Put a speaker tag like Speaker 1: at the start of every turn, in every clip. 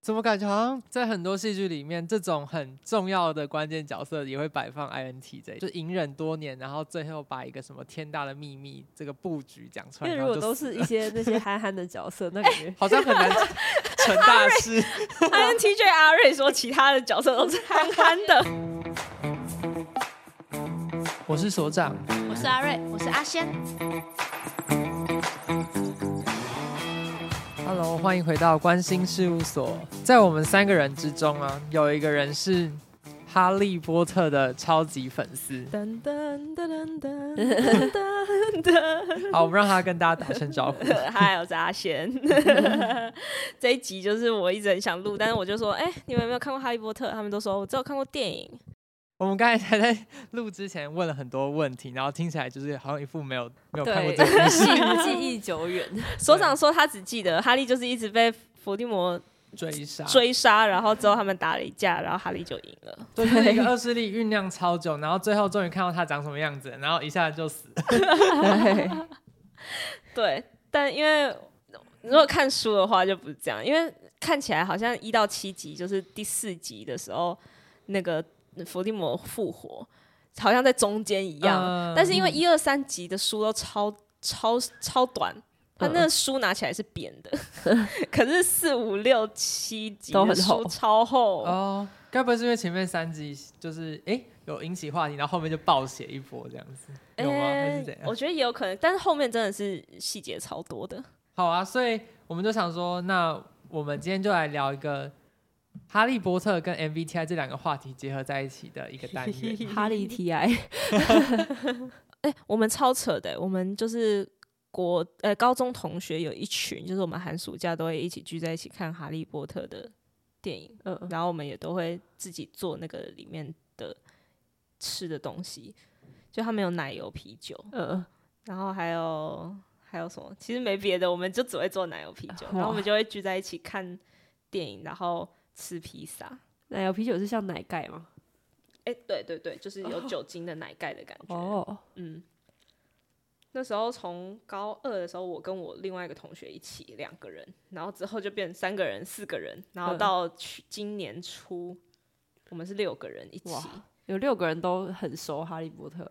Speaker 1: 怎么感觉好像在很多戏剧里面，这种很重要的关键角色也会摆放 INT 这，就隐忍多年，然后最后把一个什么天大的秘密这个布局讲出来。
Speaker 2: 因为
Speaker 1: 然
Speaker 2: 如
Speaker 1: 后
Speaker 2: 果
Speaker 1: 就
Speaker 2: 都
Speaker 1: 死
Speaker 2: 是
Speaker 1: 了
Speaker 2: 一些那些憨憨的角色，
Speaker 3: 哎
Speaker 2: 那感 觉。
Speaker 1: 好像很难 成大事。
Speaker 3: INTJ 阿瑞说，其他的角色都是憨憨的。
Speaker 1: 我是所长，
Speaker 3: 我是阿瑞，我是阿仙。
Speaker 1: Hello，欢迎回到关心事务所。在我们三个人之中啊，有一个人是哈利波特的超级粉丝
Speaker 2: 噔噔噔噔噔噔噔噔。
Speaker 1: 好，我们让他跟大家打声招呼。
Speaker 3: 嗨，我是阿仙。 这一集就是我一直很想录，但是我就说，哎、你们有没有看过《哈利波特》？他们都说我只有看过电影。
Speaker 1: 我们刚才还在录之前问了很多问题，然后听起来就是好像一副没有没有看过
Speaker 3: 对
Speaker 1: 这个故事
Speaker 2: 记记忆久 远，
Speaker 3: 所长说他只记得哈利就是一直被伏地魔
Speaker 1: 追杀，
Speaker 3: 追杀，然后之后他们打了一架，然后哈利就赢了。
Speaker 1: 对 就是一个恶势力酝酿超久，然后最后终于看到他长什么样子，然后一下就死了。
Speaker 2: 对，
Speaker 3: 对，但因为如果看书的话就不是这样，因为看起来好像一到七集就是第四集的时候，那个伏地魔复活，好像在中间一样。
Speaker 1: 嗯
Speaker 3: 但是因为一二三集的书都超超超短，
Speaker 1: 嗯
Speaker 3: 他那个书拿起来是扁的， 可是四五六七集
Speaker 2: 都
Speaker 3: 的
Speaker 2: 很厚
Speaker 3: 书超厚。
Speaker 1: 哦，该不会是因为前面三集就是哎、诶有引起话题，然后后面就暴写一波这样子，有吗？还是
Speaker 3: 诶
Speaker 1: 怎样？
Speaker 3: 哎我觉得也有可能，但是后面真的是细节超 多的。
Speaker 1: 好啊，所以我们就想说，那我们今天就来聊一个哈利波特跟 MBTI 这两个话题结合在一起的一个单 元。
Speaker 2: 哈利 TI
Speaker 3: 哎、我们超扯的、我们就是国呃高中同学有一群，就是我们寒暑假都会一起聚在一起看《哈利波特》的电影，
Speaker 2: 嗯
Speaker 3: 然后我们也都会自己做那个里面的吃的东西，就他们有奶油啤酒，
Speaker 2: 嗯，
Speaker 3: 然后还有还有什么？其实没别的，我们就只会做奶油啤酒，然后我们就会聚在一起看电影，然后吃披萨。
Speaker 2: 奶油啤酒是像奶盖吗？
Speaker 3: 哎、对对对，就是有酒精的奶盖的感觉。
Speaker 2: 哦，
Speaker 3: 嗯，那时候从高二的时候，我跟我另外一个同学一起两个人，然后之后就变三个人、四个人，然后
Speaker 2: 嗯
Speaker 3: 到去今年初，我们是六个人一起。
Speaker 2: 哇有六个人都很熟哈利波特，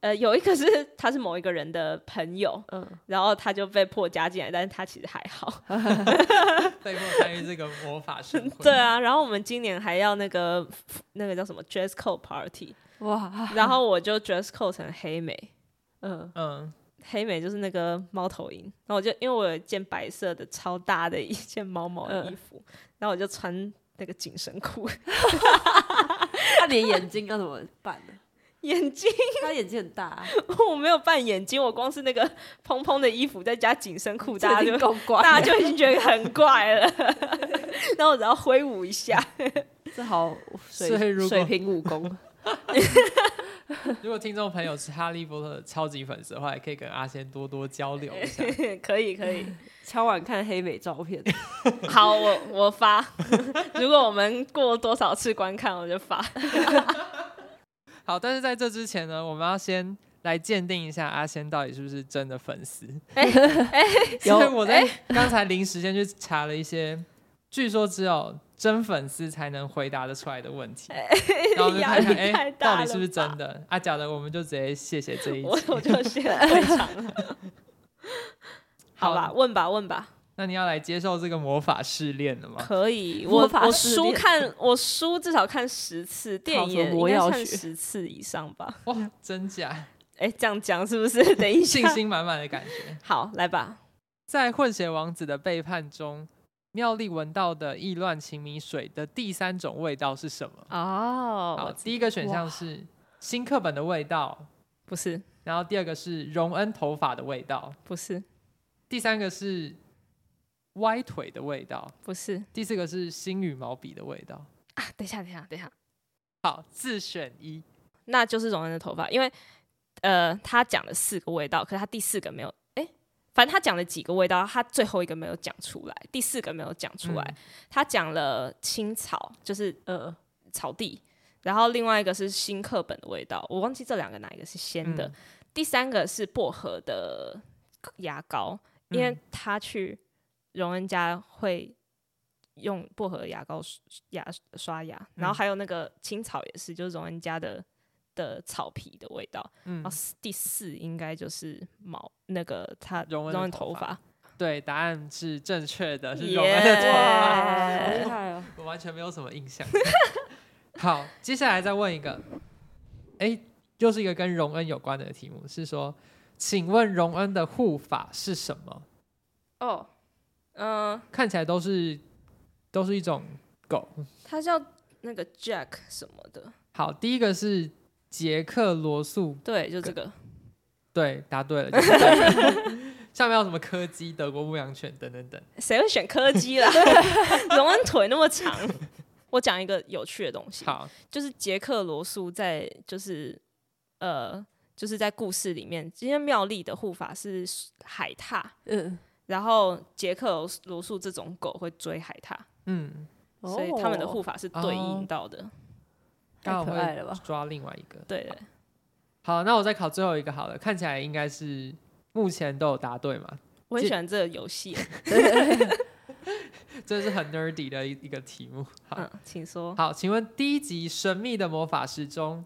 Speaker 3: 呃，有一个是他是某一个人的朋友，
Speaker 2: 嗯，
Speaker 3: 然后他就被迫加进来，但是他其实还好。
Speaker 1: 被迫参与这个魔法盛 会。
Speaker 3: 对啊，然后我们今年还要那个那个叫什么 dress code party，
Speaker 2: 哇，
Speaker 3: 然后我就 dress code 成黑美。
Speaker 2: 嗯，
Speaker 1: 嗯，
Speaker 3: 黑美就是那个猫头鹰，然后我就因为我有一件白色的超大的一件毛毛的衣服，
Speaker 2: 嗯
Speaker 3: 然后我就穿那个紧身裤，
Speaker 2: 他连眼睛要怎么办呢？
Speaker 3: 眼睛
Speaker 2: 他眼睛很大 啊，
Speaker 3: 我没有扮眼睛，我光是那个蓬蓬的衣服再加紧身裤，
Speaker 2: 这
Speaker 3: 大
Speaker 2: 已
Speaker 3: 家
Speaker 2: 经
Speaker 3: 就
Speaker 2: 够怪了，
Speaker 3: 大家就已经觉得很怪 了。然后我只要挥舞一下，
Speaker 2: 这好
Speaker 1: 所以
Speaker 2: 水
Speaker 1: 如果
Speaker 2: 水平武 功，
Speaker 1: 如果听众朋友是哈利波特的超级粉丝的话，也可以跟阿仙多多交流一 下。
Speaker 3: 可以可以。
Speaker 2: 敲碗看黑美照 片，
Speaker 3: 好，我我发， 如果我们过多少次观看，我就发。
Speaker 1: 好，但是在这之前呢，我们要先来鉴定一下阿仙到底是不是真的粉丝。
Speaker 3: 哎
Speaker 1: 所以我在刚才临时间去查了一些，据说只有真粉丝才能回答得出来的问题，然后我就看看
Speaker 3: 哎压力
Speaker 1: 哎、
Speaker 3: 太大
Speaker 1: 到
Speaker 3: 了
Speaker 1: 底是不是真的。啊，假的我们就直接谢谢这一
Speaker 3: 我
Speaker 1: 集。
Speaker 3: 我就先退场了。好吧，问吧问吧。
Speaker 1: 那你要来接受这个魔法试炼了 吗？
Speaker 3: 可以，
Speaker 2: 魔
Speaker 3: 我
Speaker 2: 法
Speaker 3: 我
Speaker 2: 试
Speaker 3: 书
Speaker 2: 炼
Speaker 3: 看我书至少看十次，电影
Speaker 2: 什
Speaker 3: 也
Speaker 2: 么魔
Speaker 3: 应该
Speaker 2: 药
Speaker 3: 看
Speaker 2: 学
Speaker 3: 十次以上吧。
Speaker 1: 哇，真假，
Speaker 3: 哎、这样讲是不是？ 等一
Speaker 1: 信
Speaker 3: 下，
Speaker 1: 心满满的感觉。
Speaker 3: 好，来吧。
Speaker 1: 在混血王子的背叛中，妙丽闻到的意乱情迷水的第三种味道是什么？好，
Speaker 3: 哦，
Speaker 1: 第一个选项
Speaker 2: 哇
Speaker 1: 是新课本的味道，
Speaker 3: 不是，
Speaker 1: 然后第二个是荣恩头发的味道，
Speaker 3: 不是，
Speaker 1: 第三个是歪腿的味道，
Speaker 3: 不是
Speaker 1: 第四个是新羽毛笔的味道。
Speaker 3: 啊！等一下，等一下，等一下，
Speaker 1: 好，自选一。
Speaker 3: 那就是荣恩的头发，因为呃，他讲了四个味道，可是他第四个没有，哎、反正他讲了几个味道，他最后一个没有讲出来，第四个没有讲
Speaker 1: 嗯
Speaker 3: 出来，他讲了青草，就是呃
Speaker 2: 嗯，
Speaker 3: 草地，然后另外一个是新课本的味道，我忘记这两个哪一个是先的。
Speaker 1: 嗯
Speaker 3: 第三个是薄荷的牙膏，因为
Speaker 1: 嗯
Speaker 3: 他去荣恩家会用薄荷牙膏刷牙刷牙，
Speaker 1: 嗯
Speaker 3: 然后还有那个青草也是，就是荣恩家的的草皮的味道。
Speaker 1: 嗯
Speaker 3: 然后，四第四应该就是毛那个他
Speaker 1: 荣恩的
Speaker 3: 恩
Speaker 1: 头
Speaker 3: 头
Speaker 1: 发
Speaker 3: 发，
Speaker 1: 对，答案是正确的，是
Speaker 3: 耶
Speaker 1: 荣恩的头 发。
Speaker 2: 好
Speaker 3: 哎
Speaker 2: 厉害哦！
Speaker 1: 我完全没有什么印象。 好，接下来再问一个，哎、又是一个跟荣恩有关的题目，是说，请问荣恩的护法是什么？
Speaker 3: 哦，嗯、
Speaker 1: 看起来都是都是一种狗。
Speaker 3: 他叫那个 Jack 什么的，
Speaker 1: 好，第一个是杰克罗素，
Speaker 3: 对，就这个。
Speaker 1: 对，答对了。就是这个下面还有什么柯基、德国牧羊犬等等等。
Speaker 3: 谁会选柯基 啦？荣恩腿那么长。我讲一个有趣的东西，
Speaker 1: 好，
Speaker 3: 就是杰克罗素在就是呃就是在故事里面，今天妙丽的护法是海獭，
Speaker 2: 嗯，
Speaker 3: 然后杰克罗素这种狗会追海獭，
Speaker 1: 嗯，
Speaker 3: 所以他们的护
Speaker 2: 哦
Speaker 3: 法是对应到的。
Speaker 2: 太
Speaker 1: 那我
Speaker 2: 可
Speaker 1: 会
Speaker 2: 爱了吧？
Speaker 1: 抓另外一个。
Speaker 3: 对对，
Speaker 1: 好，那我再考最后一个好了，看起来应该是目前都有答对嘛，
Speaker 3: 我很
Speaker 1: 这
Speaker 3: 喜欢这个游戏。啊
Speaker 1: 这是很 nerdy 的一一个题目。好，
Speaker 3: 嗯，请说。
Speaker 1: 好，请问第一集《神秘的魔法师》中，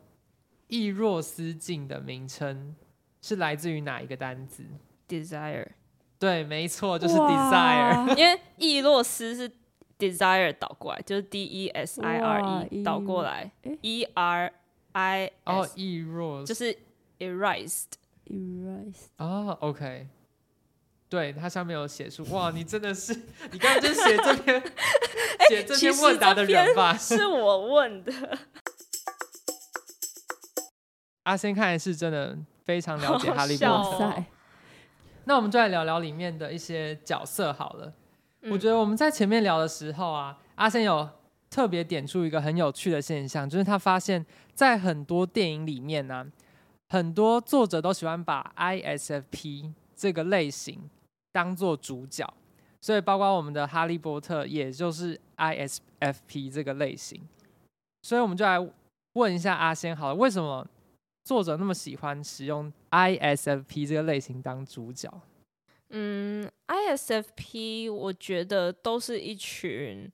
Speaker 1: 易若思境的名称是来自于哪一个单字？
Speaker 3: Desire，
Speaker 1: 对，没错，就是
Speaker 2: 哇
Speaker 1: desire。
Speaker 3: 因为易洛斯是 desire 倒过来，就是 D E S I R
Speaker 2: 哇
Speaker 3: E 倒过来
Speaker 2: 诶
Speaker 3: ，E R，E I
Speaker 1: 哦
Speaker 3: S，，
Speaker 1: 易若
Speaker 3: 就
Speaker 1: 思
Speaker 3: 是 erased。
Speaker 2: Erase
Speaker 1: 哦，OK。对，它上面有写出，哇，你真的是，你刚刚就是写这 篇写这
Speaker 3: 哎其
Speaker 1: 篇
Speaker 3: 实
Speaker 1: 问答的人吧？
Speaker 3: 是我问的，
Speaker 1: 阿仙看来是真的非常了解
Speaker 3: 好
Speaker 1: 哈利波
Speaker 3: 笑
Speaker 1: 特
Speaker 2: 哇
Speaker 3: 哦。
Speaker 2: 塞，
Speaker 1: 那我们就来聊聊里面的一些角色好了。
Speaker 3: 嗯
Speaker 1: 我觉得我们在前面聊的时候啊，阿仙有特别点出一个很有趣的现象，就是他发现，在很多电影里面呢、很多作者都喜欢把 ISFP 这个类型当做主角，所以包括我们的《哈利波特》也就是 ISFP 这个类型。所以我们就来问一下阿仙好了，为什么作者那么喜欢使用 ISFP 这个类型当主角？
Speaker 3: 嗯，ISFP 我觉得都是一群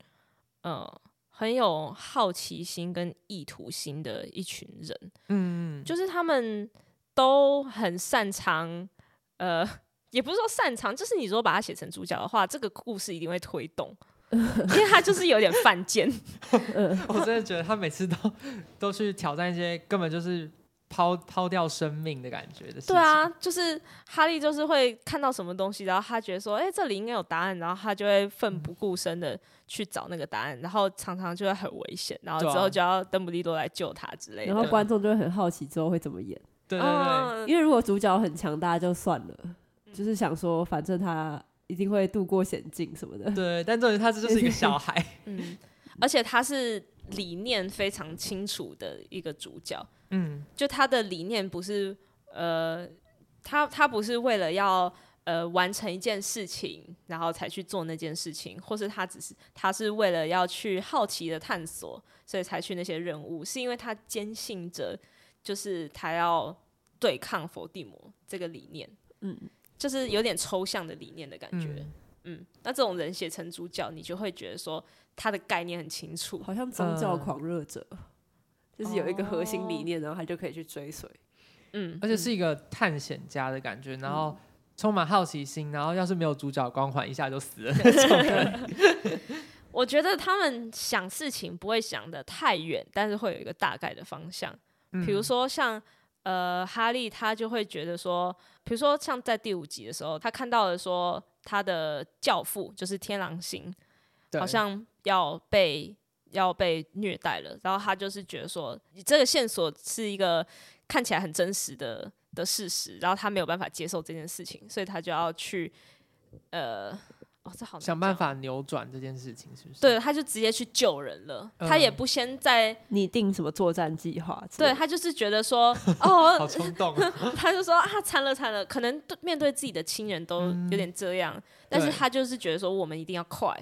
Speaker 3: 呃很有好奇心跟意图心的一群人，
Speaker 1: 嗯，
Speaker 3: 就是他们都很擅长，呃，也不是说擅长，就是你如果把它写成主角的话，这个故事一定会推 动，因为他就是有点犯贱，
Speaker 1: 我真的觉得他每次都都去挑战一些根本就是抛抛掉生命的感觉的事情。
Speaker 3: 对啊，，就是哈利就是会看到什么东西，然后他觉得说，哎、这里应该有答案，然后他就会奋
Speaker 1: 嗯
Speaker 3: 不顾身的去找那个答案，然后常常就会很危险，然后
Speaker 1: 对啊
Speaker 3: 之后就要邓布利多来救他之类的。
Speaker 2: 然后观众就会很好奇之后会怎么演，
Speaker 1: 对对对，
Speaker 3: 嗯
Speaker 2: 因为如果主角很强大就算了，就是想说反正他一定会度过险境什么的。
Speaker 1: 对，但重点是他这就是一个小孩，
Speaker 3: 嗯，而且他是理念非常清楚的一个主角，
Speaker 1: 嗯，
Speaker 3: 就他的理念不是呃，他他不是为了要呃完成一件事情，然后才去做那件事情，或是他只是他是为了要去好奇的探索，所以才去那些任务，是因为他坚信着就是他要对抗伏地魔这个理念，
Speaker 2: 嗯，
Speaker 3: 就是有点抽象的理念的感觉。嗯
Speaker 1: 嗯
Speaker 3: 那这种人写成主角，你就会觉得说他的概念很清楚，
Speaker 2: 好像宗教狂热者，就是有一个核心
Speaker 1: 哦
Speaker 2: 理念，然后他就可以去追随。
Speaker 3: 嗯，
Speaker 1: 而且是一个探险家的感觉，然后充满好奇心，然后要是没有主角光环，一下就死了。
Speaker 3: 我觉得他们想事情不会想的太远，但是会有一个大概的方向。
Speaker 1: 嗯
Speaker 3: 比如，说像呃哈利，他就会觉得说，比如说像在第五集的时候，他看到了说他的教父就是天狼星，
Speaker 1: 对
Speaker 3: 好像要被要被虐待了，然后他就是觉得说，这个线索是一个看起来很真实的的事实，然后他没有办法接受这件事情，所以他就要去呃，哦，这好
Speaker 1: 想
Speaker 3: 难讲
Speaker 1: 办法扭转这件事情，是不是？
Speaker 3: 对，，他就直接去救人了，他也
Speaker 1: 嗯
Speaker 3: 不先在，
Speaker 2: 拟定什么作战计划之类
Speaker 3: 对
Speaker 2: 的？
Speaker 3: 他就是觉得 说，哦
Speaker 1: 好，冲动。
Speaker 3: 他就说啊，惨了惨了，可能对面对自己的亲人都有点这样，但是
Speaker 1: 嗯对
Speaker 3: 他就是觉得说，我们一定要快，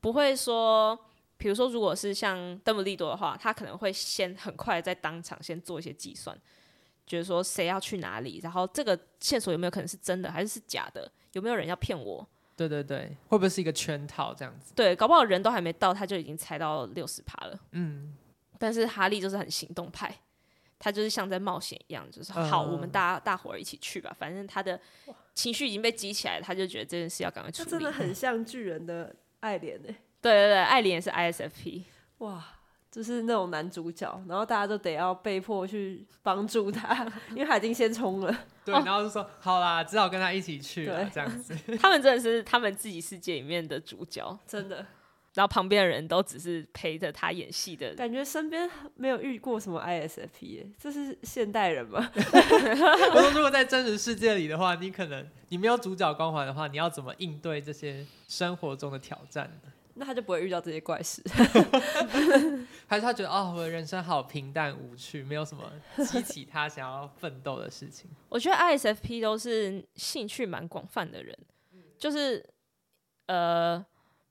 Speaker 3: 不会说，比如说，如果是像邓布利多的话，他可能会先很快在当场先做一些计算，觉得说谁要去哪里，然后这个线索有没有可能是真的还是是假的，有没有人要骗我，
Speaker 1: 对对对，会不会是一个圈套这样子？
Speaker 3: 对，搞不好人都还没到，他就已经猜到六十趴了。
Speaker 1: 嗯，
Speaker 3: 但是哈利就是很行动派，他就是像在冒险一样，就是好，
Speaker 1: 嗯
Speaker 3: 我们大大伙儿一起去吧。反正他的情绪已经被激起来了，他就觉得这件事要赶快
Speaker 2: 这
Speaker 3: 处理。
Speaker 2: 真的很像巨人的爱莲呢、欸
Speaker 3: 对对对，艾琳也是 ISFP，
Speaker 2: 哇，就是那种男主角，然后大家都得要被迫去帮助他，因为他已经先冲了。
Speaker 3: 哦
Speaker 1: 对，然后就说好啦，只好跟他一起去啦
Speaker 2: 对
Speaker 1: 这样子。
Speaker 3: 他们真的是他们自己世界里面的主角，
Speaker 2: 真的，
Speaker 3: 然后旁边的人都只是陪着他演戏的。
Speaker 2: 感觉身边没有遇过什么 ISFP，耶这是现代人吗？
Speaker 1: 我说，如果在真实世界里的话，你可能你没有主角光环的话，你要怎么应对这些生活中的挑战呢？
Speaker 2: 那他就不会遇到这些怪事。
Speaker 1: 还是他觉得哦，我的人生好平淡无趣，没有什么激起他想要奋斗的事情。
Speaker 3: 我觉得 ISFP 都是兴趣蛮广泛的人，就是呃，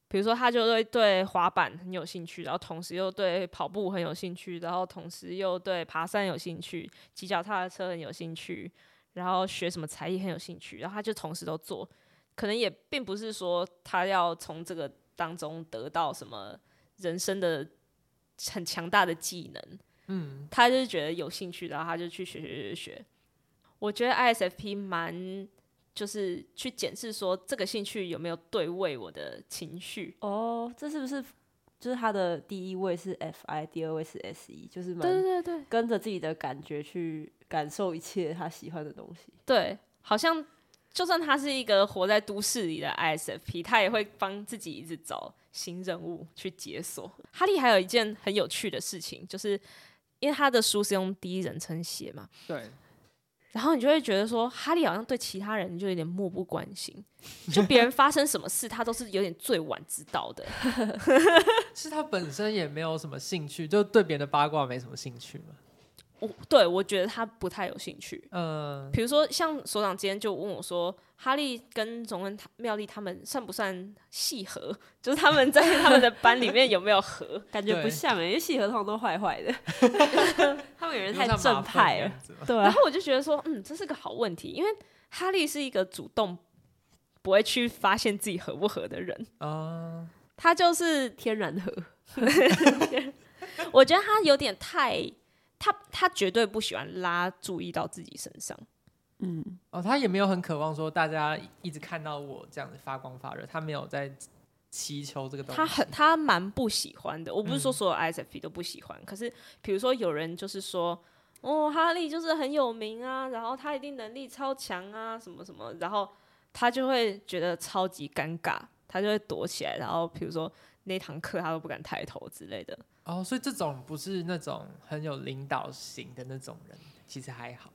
Speaker 3: 比如说他就会对滑板很有兴趣，然后同时又对跑步很有兴趣，然后同时又对爬山有兴趣，骑脚踏车很有兴趣，然后学什么才艺很有兴趣，然后他就同时都做，可能也并不是说他要从这个当中得到什么人生的很强大的技能，
Speaker 1: 嗯，
Speaker 3: 他就是觉得有兴趣，然后他就去学学学学学。我觉得 ISFP 蛮就是去检视说这个兴趣有没有对位我的情绪。
Speaker 2: 哦，这是不是就是他的第一位是 FI，第二位是 SE，就是
Speaker 3: 对
Speaker 2: 蛮
Speaker 3: 对对
Speaker 2: 跟着自己的感觉去感受一切他喜欢的东西。
Speaker 3: 对，好像就算他是一个活在都市里的 ISFP，他也会帮自己一直找新任务去解锁。哈利还有一件很有趣的事情，就是因为他的书是用第一人称写嘛，
Speaker 1: 对，
Speaker 3: 然后你就会觉得说，哈利好像对其他人就有点漠不关心，就别人发生什么事，他都是有点最晚知道的。
Speaker 1: 是他本身也没有什么兴趣，就对别人的八卦没什么兴趣嘛。
Speaker 3: 我对我觉得他不太有兴趣。
Speaker 1: 嗯，
Speaker 3: 比如说，像所长今天就问我说，哈利跟荣恩、妙丽他们算不算系合？ 就是他们在他们的班里面有没有合？
Speaker 2: 感觉不
Speaker 1: 对
Speaker 2: 像哎、因为戏合同都坏坏的， 他们有
Speaker 1: 有
Speaker 2: 人太
Speaker 1: 像马
Speaker 2: 正
Speaker 1: 粪
Speaker 2: 派
Speaker 1: 那
Speaker 2: 了
Speaker 1: 样，子嘛。
Speaker 2: 对
Speaker 3: 然
Speaker 2: 啊，
Speaker 3: 后我就觉得说，嗯，这是个好问题，因为哈利是一个主动不会去发现自己合不合的人，
Speaker 1: 啊，
Speaker 3: 他就是
Speaker 2: 天然合，
Speaker 3: 我觉得他有点太，他他绝对不喜欢拉注意到自己身上。
Speaker 2: 嗯，
Speaker 1: 哦，他也没有很渴望说大家一直看到我这样子发光发热，他没有在祈求这个东西。
Speaker 3: 他很他蛮不喜欢的。我不是说
Speaker 1: 嗯
Speaker 3: 所有 ISFP 都不喜欢，可是比如说有人就是说，哦，哈利就是很有名啊，然后他一定能力超强啊，什么什么，然后他就会觉得超级尴尬，他就会躲起来，然后比如说那堂课他都不敢抬头之类的。
Speaker 1: 哦，所以这种不是那种很有领导型的那种人，其实还好。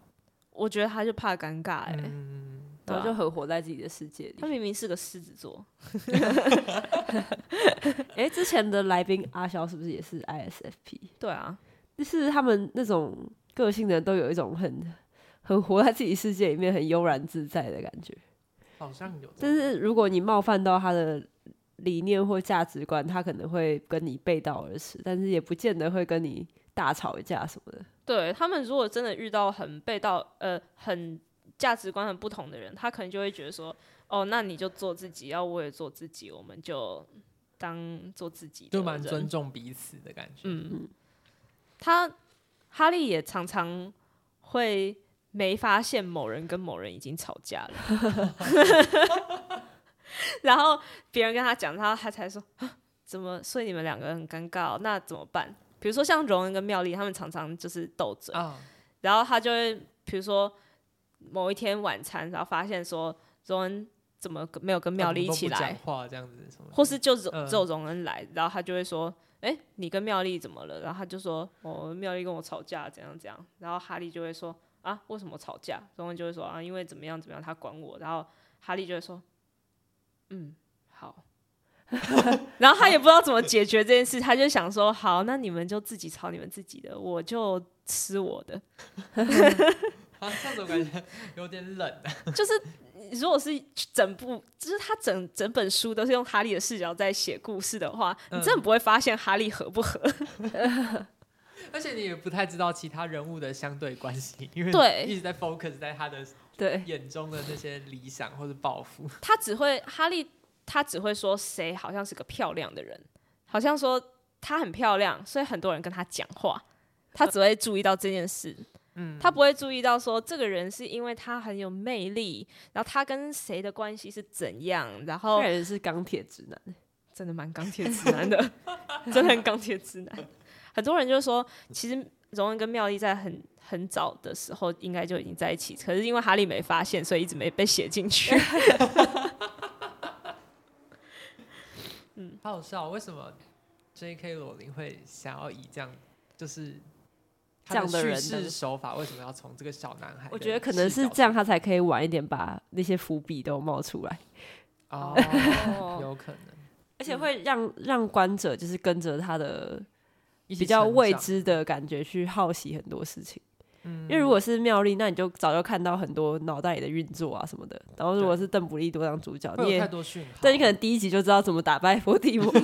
Speaker 3: 我觉得他就怕尴尬、欸，
Speaker 1: 嗯，
Speaker 3: 对
Speaker 2: 然
Speaker 3: 啊
Speaker 2: 后就很活在自己的世界
Speaker 3: 他
Speaker 2: 里。
Speaker 3: 明明是个狮子座，
Speaker 2: 哎、之前的来宾阿肖是不是也是 ISFP？
Speaker 3: 对啊，
Speaker 2: 就是他们那种个性的人都有一种很很活在自己世界里面，很悠然自在的感觉。
Speaker 1: 好像有这种。
Speaker 2: 但是如果你冒犯到他的理念或价值观，他可能会跟你背道而驰，但是也不见得会跟你大吵一架什么的。
Speaker 3: 对他们如果真的遇到很被到呃很价值观很不同的人，他可能就会觉得说，哦，那你就做自己，要我也做自己，我们就当做自己的
Speaker 1: 就
Speaker 3: 人，
Speaker 1: 蛮尊重彼此的感觉。
Speaker 3: 嗯，他哈利也常常会没发现某人跟某人已经吵架了， 然后别人跟他讲，他他才说啊，怎么？所以你们两个很尴尬哦、那怎么办？比如说像荣恩跟妙丽，他们常常就是斗嘴，
Speaker 1: 啊，
Speaker 3: 然后他就会，比如说某一天晚餐，然后发现说荣恩怎么没有跟妙丽一起
Speaker 1: 他哦怎么都
Speaker 3: 来
Speaker 1: 不，讲话这样子什么的，
Speaker 3: 或是就只
Speaker 1: 嗯
Speaker 3: 只有荣恩来，然后他就会说：“哎、你跟妙丽怎么了？”然后他就说：“哦，妙丽跟我吵架，怎样怎样。”然后哈利就会说：“啊，为什么吵架？”荣恩就会说：“啊，因为怎么样怎么样，他管我。”然后哈利就会说：“嗯，好。” 然后他也不知道怎么解决这件事，他就想说：“好，那你们就自己吵你们自己的，我就吃我的。”
Speaker 1: 啊，这样子我感觉有点冷啊。
Speaker 3: 就是如果是整部，就是他整整本书都是用哈利的视角在写故事的话，
Speaker 1: 嗯
Speaker 3: 你真的不会发现哈利合不合。
Speaker 1: 而且你也不太知道其他人物的相对关系，因为
Speaker 3: 对
Speaker 1: 你一直在 focus 在他的
Speaker 2: 对，
Speaker 1: 眼中的那些理想或者抱负。
Speaker 3: 他只会哈利他只会说谁好像是个漂亮的人，好像说她很漂亮，所以很多人跟她讲话，他只会注意到这件事，
Speaker 1: 嗯，
Speaker 3: 他不会注意到说这个人是因为他很有魅力，然后他跟谁的关系是怎样，然后
Speaker 2: 感觉是钢铁直男。
Speaker 3: 真的蛮钢铁直男的， 真的很钢铁直男。很多人就说，其实荣恩跟妙丽在很很早的时候应该就已经在一起，可是因为哈利没发现，所以一直没被写进去。
Speaker 1: 好好笑，为什么 J.K. 罗琳会想要以这样就是他
Speaker 2: 这样的
Speaker 1: 叙
Speaker 2: 人
Speaker 1: 事
Speaker 2: 的
Speaker 1: 手法，为什么要从这个小男孩的视角出发？
Speaker 2: 我觉得可能是这样，他才可以晚一点把那些伏笔都冒出来，
Speaker 1: 哦，有可能
Speaker 2: 而且会让让观者就是跟着他的
Speaker 1: 一起
Speaker 2: 比较
Speaker 1: 成
Speaker 2: 未
Speaker 1: 长，
Speaker 2: 知的感觉去好奇很多事情。
Speaker 1: 嗯
Speaker 2: 因为如果是妙丽，那你就早就看到很多脑袋里的运作啊什么的。然后如果是邓布利多当主角，你
Speaker 1: 会有太
Speaker 2: 也
Speaker 1: 多讯号，
Speaker 2: 对你可能第一集就知道怎么打败 伏地魔。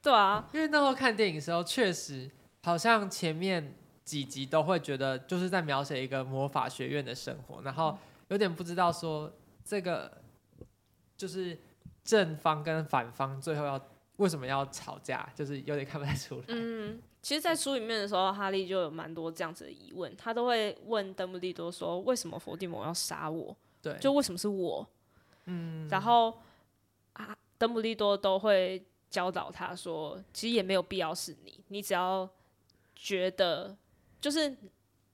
Speaker 3: 对啊，
Speaker 1: 因为那时候看电影的时候，确实好像前面几集都会觉得就是在描写一个魔法学院的生
Speaker 2: 嗯
Speaker 1: 活，然后有点不知道说这个就是正方跟反方最后要为什么要吵架，就是有点看不太出来。
Speaker 3: 嗯，其实，在书里面的时候，哈利就有蛮多这样子的疑问，他都会问邓布利多说，为什么伏地魔要杀我？
Speaker 1: 对，
Speaker 3: 就为什么是我？
Speaker 1: 嗯，
Speaker 3: 然后啊，邓布利多都会教导他说，其实也没有必要是你，你只要觉得，就是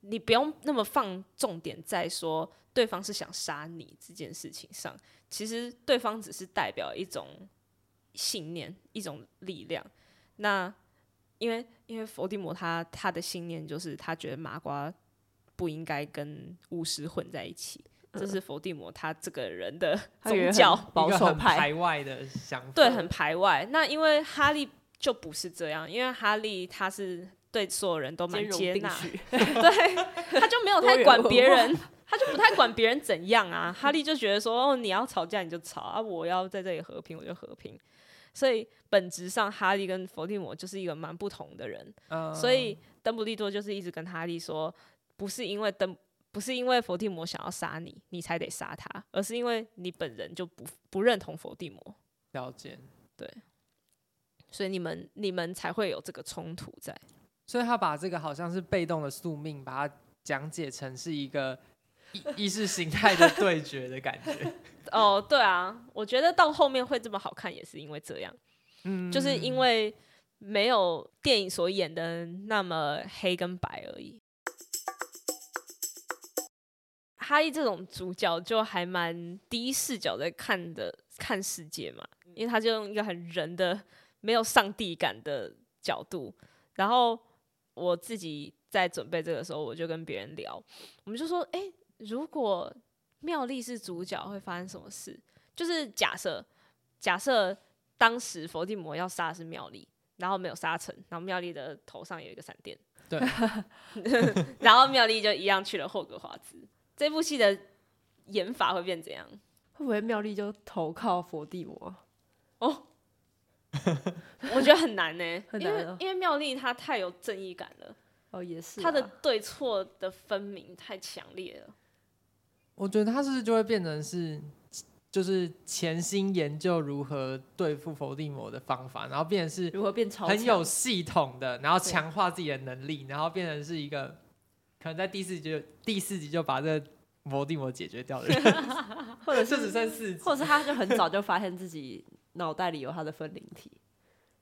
Speaker 3: 你不用那么放重点在说对方是想杀你这件事情上，其实对方只是代表一种信念，一种力量。那因为因为伏地魔他他的信念就是他觉得麻瓜不应该跟巫师混在一起，这是伏地魔他这个人的
Speaker 2: 嗯他以为
Speaker 3: 宗
Speaker 2: 很嗯
Speaker 3: 教
Speaker 2: 保
Speaker 1: 一个
Speaker 2: 守
Speaker 1: 很
Speaker 2: 派，
Speaker 1: 排外的想法，
Speaker 3: 对，很排外。那因为哈利就不是这样，因为哈利他是对所有人都蛮
Speaker 2: 兼容
Speaker 3: 接
Speaker 2: 并
Speaker 3: 纳，
Speaker 2: 蓄。
Speaker 3: 对，他就没有
Speaker 2: 多
Speaker 3: 太
Speaker 2: 元
Speaker 3: 管
Speaker 2: 文
Speaker 3: 别
Speaker 2: 化
Speaker 3: 人，他就不太管别人怎样啊。 哈利就觉得说，哦，你要吵架你就吵啊，我要在这里和平我就和平。所以本质上，哈利跟伏地魔就是一个蛮不同的人。
Speaker 1: 嗯
Speaker 3: 所以邓布利多就是一直跟哈利说，不是因为邓，不是因为伏地魔想要杀你，你才得杀他，而是因为你本人就不不认同伏地魔。
Speaker 1: 了解。
Speaker 3: 所以你们你们才会有这个冲突在。
Speaker 1: 所以他把这个好像是被动的宿命，把它讲解成是一个意意识形态的对决的感觉。
Speaker 3: 哦，对啊，我觉得到后面会这么好看，也是因为这样，
Speaker 1: 嗯，
Speaker 3: 就是因为没有电影所演的那么黑跟白而已。哈利这种主角就还蛮第一视角在看的看世界嘛，因为他就用一个很人的、没有上帝感的角度。然后我自己在准备这个时候，我就跟别人聊，我们就说：“诶，如果妙丽是主角，会发生什么事？就是假设，假设当时伏地魔要杀的是妙丽，然后没有杀成，然后妙丽的头上有一个闪电，
Speaker 1: 对，
Speaker 3: 然后妙丽就一样去了霍格华兹。这部戏的演法会变怎样？
Speaker 2: 会不会妙丽就投靠伏地魔？
Speaker 3: 哦，我觉得很难呢、
Speaker 2: 很
Speaker 3: 因
Speaker 2: 难
Speaker 3: 为
Speaker 2: 哦
Speaker 3: 因为妙丽她太有正义感了，
Speaker 2: 哦，也是啊、
Speaker 3: 她的对错的分明太强烈了。
Speaker 1: 我觉得他是不是就会变成是，就是潜心研究如何对付伏地魔的方法，然后变成是
Speaker 2: 如何变超
Speaker 1: 很
Speaker 2: 强
Speaker 1: 有系统的，然后
Speaker 2: 对
Speaker 1: 强化自己的能力，然后变成是一个可能在第四集就第四集就把这个伏地魔解决掉的 人，
Speaker 2: 或者
Speaker 1: 这只
Speaker 2: 是
Speaker 1: 剩四集。
Speaker 2: 或者是他就很早就发现自己脑袋里有他的分灵 体，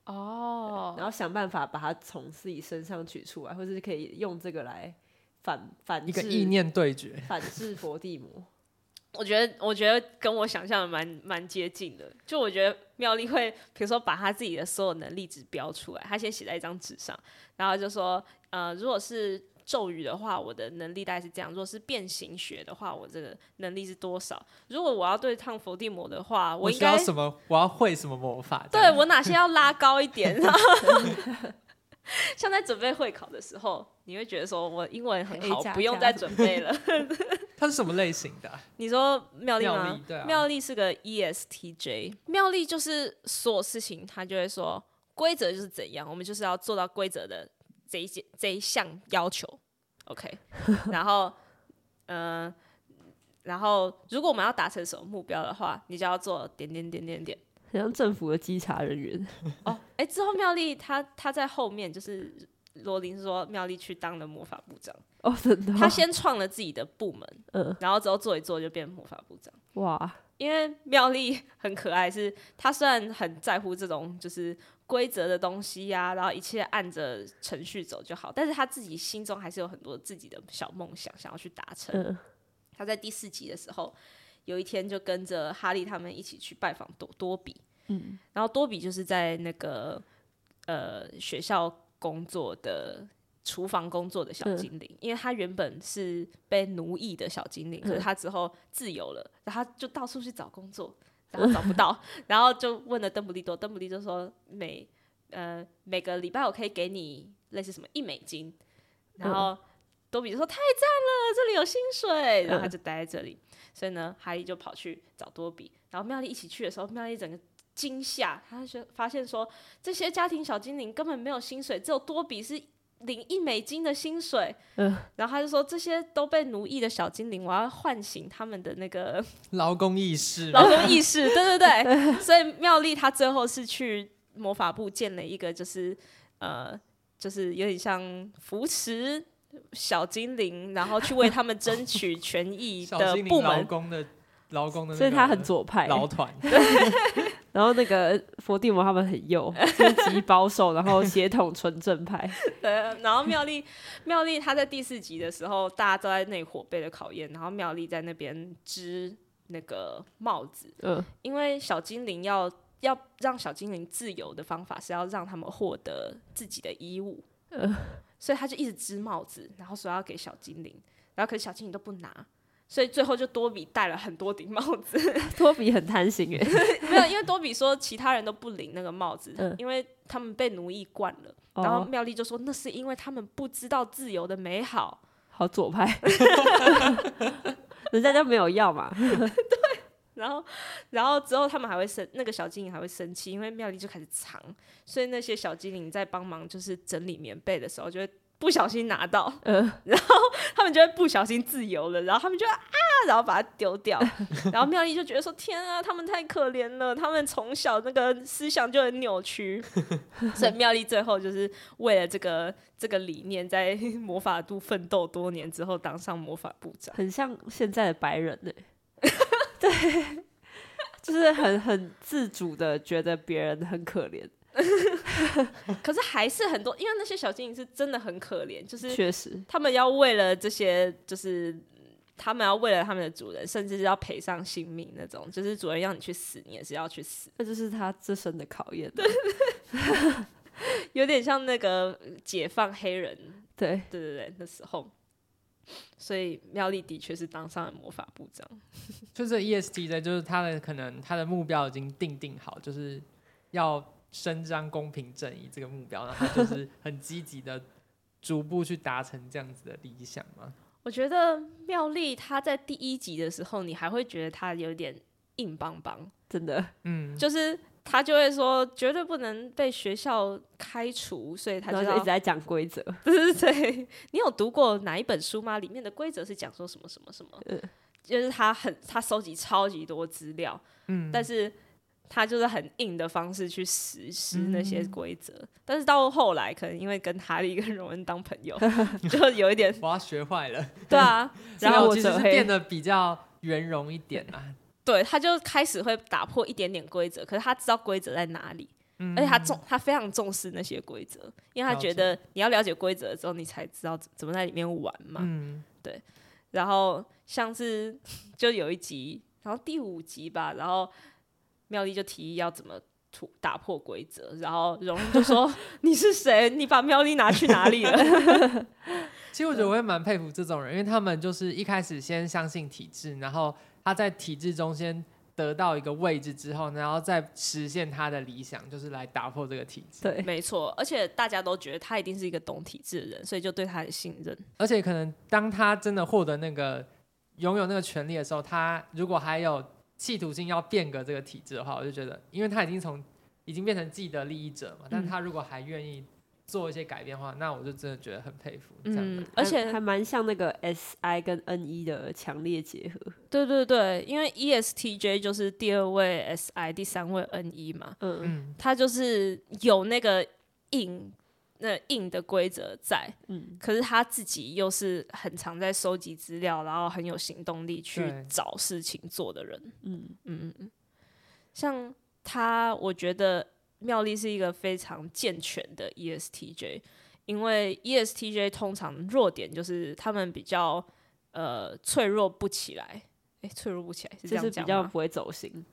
Speaker 2: 然
Speaker 3: 哦，
Speaker 2: 后想办法把它从自己身上取出来，或者是可以用这个来反反制
Speaker 1: 一个意念对决，
Speaker 2: 反制佛地魔。
Speaker 3: 我觉得我觉得跟我想象的蛮蛮接近的。就我觉得妙丽会，比如说把她自己的所有能力值标出来，她先写在一张纸上，然后就说，呃，如果是咒语的话，我的能力大概是这样；如果是变形学的话，我这个能力是多少？如果我要对抗伏地魔的话，
Speaker 1: 我
Speaker 3: 应
Speaker 1: 需
Speaker 3: 该
Speaker 1: 要什么？我要会什么魔法？这
Speaker 3: 对
Speaker 1: 样
Speaker 3: 我哪些要拉高一 点，然后 像在准备会考的时候，你会觉得说我英文很
Speaker 2: A
Speaker 3: 好
Speaker 2: 加，
Speaker 3: 不用
Speaker 2: 加
Speaker 3: 再准备了。
Speaker 1: 它是什么类型的啊、
Speaker 3: 你说妙丽
Speaker 1: 妙
Speaker 3: 吗
Speaker 1: 丽？对啊
Speaker 3: 妙丽是个 E ESTJ，妙丽就是所有事情她就会说规则就是怎样，我们就是要做到规则的这一件这一项要求，OK 。然后，呃，然后如果我们要达成什么目标的话，你就要做点点点点点。
Speaker 2: 很像政府的稽查人员，
Speaker 3: 哦，哎，之后妙丽她她在后面就是罗琳说妙丽去当了魔法部长，
Speaker 2: 哦，真的哦、
Speaker 3: 她先创了自己的部门，
Speaker 2: 嗯，
Speaker 3: 然后之后做一做就变魔法部长。
Speaker 2: 哇，
Speaker 3: 因为妙丽很可爱，是她虽然很在乎这种就是规则的东西呀、然后一切按着程序走就好，但是她自己心中还是有很多自己的小梦想想要去达成。
Speaker 2: 嗯，
Speaker 3: 他在第四集的时候，有一天就跟着哈利他们一起去拜访多多比，嗯，然后多比就是在那个呃学校工作的厨房工作的小
Speaker 2: 嗯
Speaker 3: 精灵，因为他原本是被奴役的小精灵，可是
Speaker 2: 嗯
Speaker 3: 他之后自由了，然后他就到处去找工作，然后找不 到，然后就问了邓布利多，邓布利多说每呃每个礼拜我可以给你类似什么一美金，
Speaker 2: 嗯
Speaker 3: 然后多比就说太赞了，这里有薪水，然
Speaker 2: 嗯
Speaker 3: 后他就待在这里，所以呢，哈利就跑去找多比，然后妙丽一起去的时候，妙丽整个惊吓，她就发现说这些家庭小精灵根本没有薪水，只有多比是。领一美金的薪水，
Speaker 2: 嗯
Speaker 3: 然后他就说这些都被奴役的小精灵，我要唤醒他们的 那个
Speaker 1: 劳工意识，
Speaker 3: 劳动 意识，对对对。 所以妙丽她最后是去魔法部建了一个，就是呃，就是有点像扶持小精灵，然后去为他们争取权益
Speaker 1: 小
Speaker 3: 的
Speaker 1: 精灵
Speaker 3: 部
Speaker 1: 劳
Speaker 3: 门。
Speaker 1: 工的劳工的那个
Speaker 2: 所以他很左派，
Speaker 1: 劳团，
Speaker 2: 然后那个伏地魔他们很 右，就是极保守，然后血统纯正派，
Speaker 3: 对，然后妙丽，妙丽她在第四集的时候，大家都在那里火背的考验，然后妙丽在那边织那个帽子，
Speaker 2: 嗯，
Speaker 3: 因为小精灵要。要让小精灵自由的方法是要让他们获得自己的 衣物，
Speaker 2: 呃
Speaker 3: 所以他就一直织帽子，然后说要给小精灵，然后可是小精灵都不拿，所以最后就多比戴了很多顶帽子，
Speaker 2: 托比很贪心诶，
Speaker 3: 没有，因为多比说其他人都不领那个帽子，
Speaker 2: 嗯
Speaker 3: 因为他们被奴役惯了。然后
Speaker 2: 哦，
Speaker 3: 妙丽就说那是因为他们不知道自由的美好，
Speaker 2: 好左 派，人家就没有要嘛，
Speaker 3: 然后，然后之后他们还会生那个小精灵还会生气，因为妙丽就开始藏，所以那些小精灵在帮忙就是整理棉被的时候，就会不小心拿到， 然后他们就会不小心自由了，然后他们就啊，然后把它丢掉，然后妙丽就觉得说天啊，他们太可怜了，他们从小那个思想就很扭曲，所以妙丽最后就是为了这个这个理念，在 魔法部奋斗多年之后，当上魔法部长。
Speaker 2: 很像现在的白人 诶，对，就是很很自主的觉得别人很可怜，
Speaker 3: 可是还是很多，因为那些小精灵是真的很可怜，就是
Speaker 2: 确实，
Speaker 3: 他们要为了这些，就是嗯他们要为了他们的主人，甚至是要赔上性命那种，就是主人要你去死，你也是要去死，
Speaker 2: 那就是他自身的考验，
Speaker 3: 有点像那个呃解放黑人，
Speaker 2: 对，
Speaker 3: 对对对，那时候。所以妙丽的确是当上了魔法部长，
Speaker 1: 就是 E EST 的，就是他的可能他的目标已经定定好，就是要伸张公平正义这个目标，然后他就是很积极的逐步去达成这样子的理想嘛。
Speaker 3: 我觉得妙丽她在第一集的时候，你还会觉得她有点硬邦邦，
Speaker 2: 真的，
Speaker 1: 嗯，
Speaker 3: 就是她就会说绝对不能被学校开除，所以她
Speaker 2: 然后就
Speaker 3: 要
Speaker 2: 一直在讲规则，
Speaker 3: 对对 对，你有读过哪一本书吗？里面的规则是讲说什么什么什么？
Speaker 1: 呃
Speaker 2: 嗯
Speaker 3: 就是他很他收集超级多资料，
Speaker 1: 嗯
Speaker 3: 但是他就是很硬的方式去实施那些规则。
Speaker 1: 嗯
Speaker 3: 但是到后来，可能因为跟哈利跟荣恩当 朋友，就有一点
Speaker 1: 我要学坏了，
Speaker 3: 对啊，
Speaker 1: 然
Speaker 2: 然
Speaker 1: 后
Speaker 2: 后
Speaker 1: 我
Speaker 2: 我
Speaker 1: 其实
Speaker 2: 者
Speaker 1: 是
Speaker 2: 黑
Speaker 1: 变得比较圆融一点啊。
Speaker 3: 对，他就开始会打破一点点规则，可是他知道规则在哪里。
Speaker 1: 嗯
Speaker 3: 而且他重，他非常重视那些规则，因为他
Speaker 1: 了
Speaker 3: 觉
Speaker 1: 解
Speaker 3: 得你要了解规则之后，你才知道怎怎么在里面玩嘛。
Speaker 1: 嗯，
Speaker 3: 然后像是 就有一集，然后第五集吧，然后妙丽就提议要怎么突打破规则，然后荣恩就 说你是谁？你把妙丽拿去哪里了？
Speaker 1: 其实我觉
Speaker 3: 嗯
Speaker 1: 得我也蛮佩服这种人，因为他们就是一开始先相信体制，然后他在体制中先得到一个位置之后，然后再实现他的理想，就是来打破这个体制。
Speaker 2: 对，
Speaker 3: 没错，而且大家都觉得他一定是一个懂体制的人，所以就对他很信任。
Speaker 1: 而且可能当他真的获得那个拥有那个权利的时候，他如果还有企图性要变革这个
Speaker 3: 嗯
Speaker 1: 体制的话，我就觉得，因为他已经从已经变成既得利益者嘛，但他如果还愿意做一些改变的话，那我就真的觉得很佩服这样的。
Speaker 3: 嗯，而且
Speaker 2: 还还蛮像那个 S I 跟 N E 的强烈结合。
Speaker 3: 对对对，因为 E ESTJ 就是第二位 SI，第三位 NE 嘛，
Speaker 2: 嗯
Speaker 1: 嗯，
Speaker 3: 它就是有那个硬那硬的规则在，
Speaker 2: 嗯，
Speaker 3: 可是他自己又是很常在收集资料，然后很有行动力去
Speaker 1: 对
Speaker 3: 找事情做的人。
Speaker 2: 嗯
Speaker 3: 嗯嗯嗯，像他，我觉得妙丽是一个非常健全的 E ESTJ，因为 E ESTJ 通常弱点就是他们比较呃脆弱不起来。诶，脆弱不起来是这
Speaker 2: 就是
Speaker 3: 样
Speaker 2: 比
Speaker 3: 讲
Speaker 2: 较
Speaker 3: 吗
Speaker 2: 不会走心。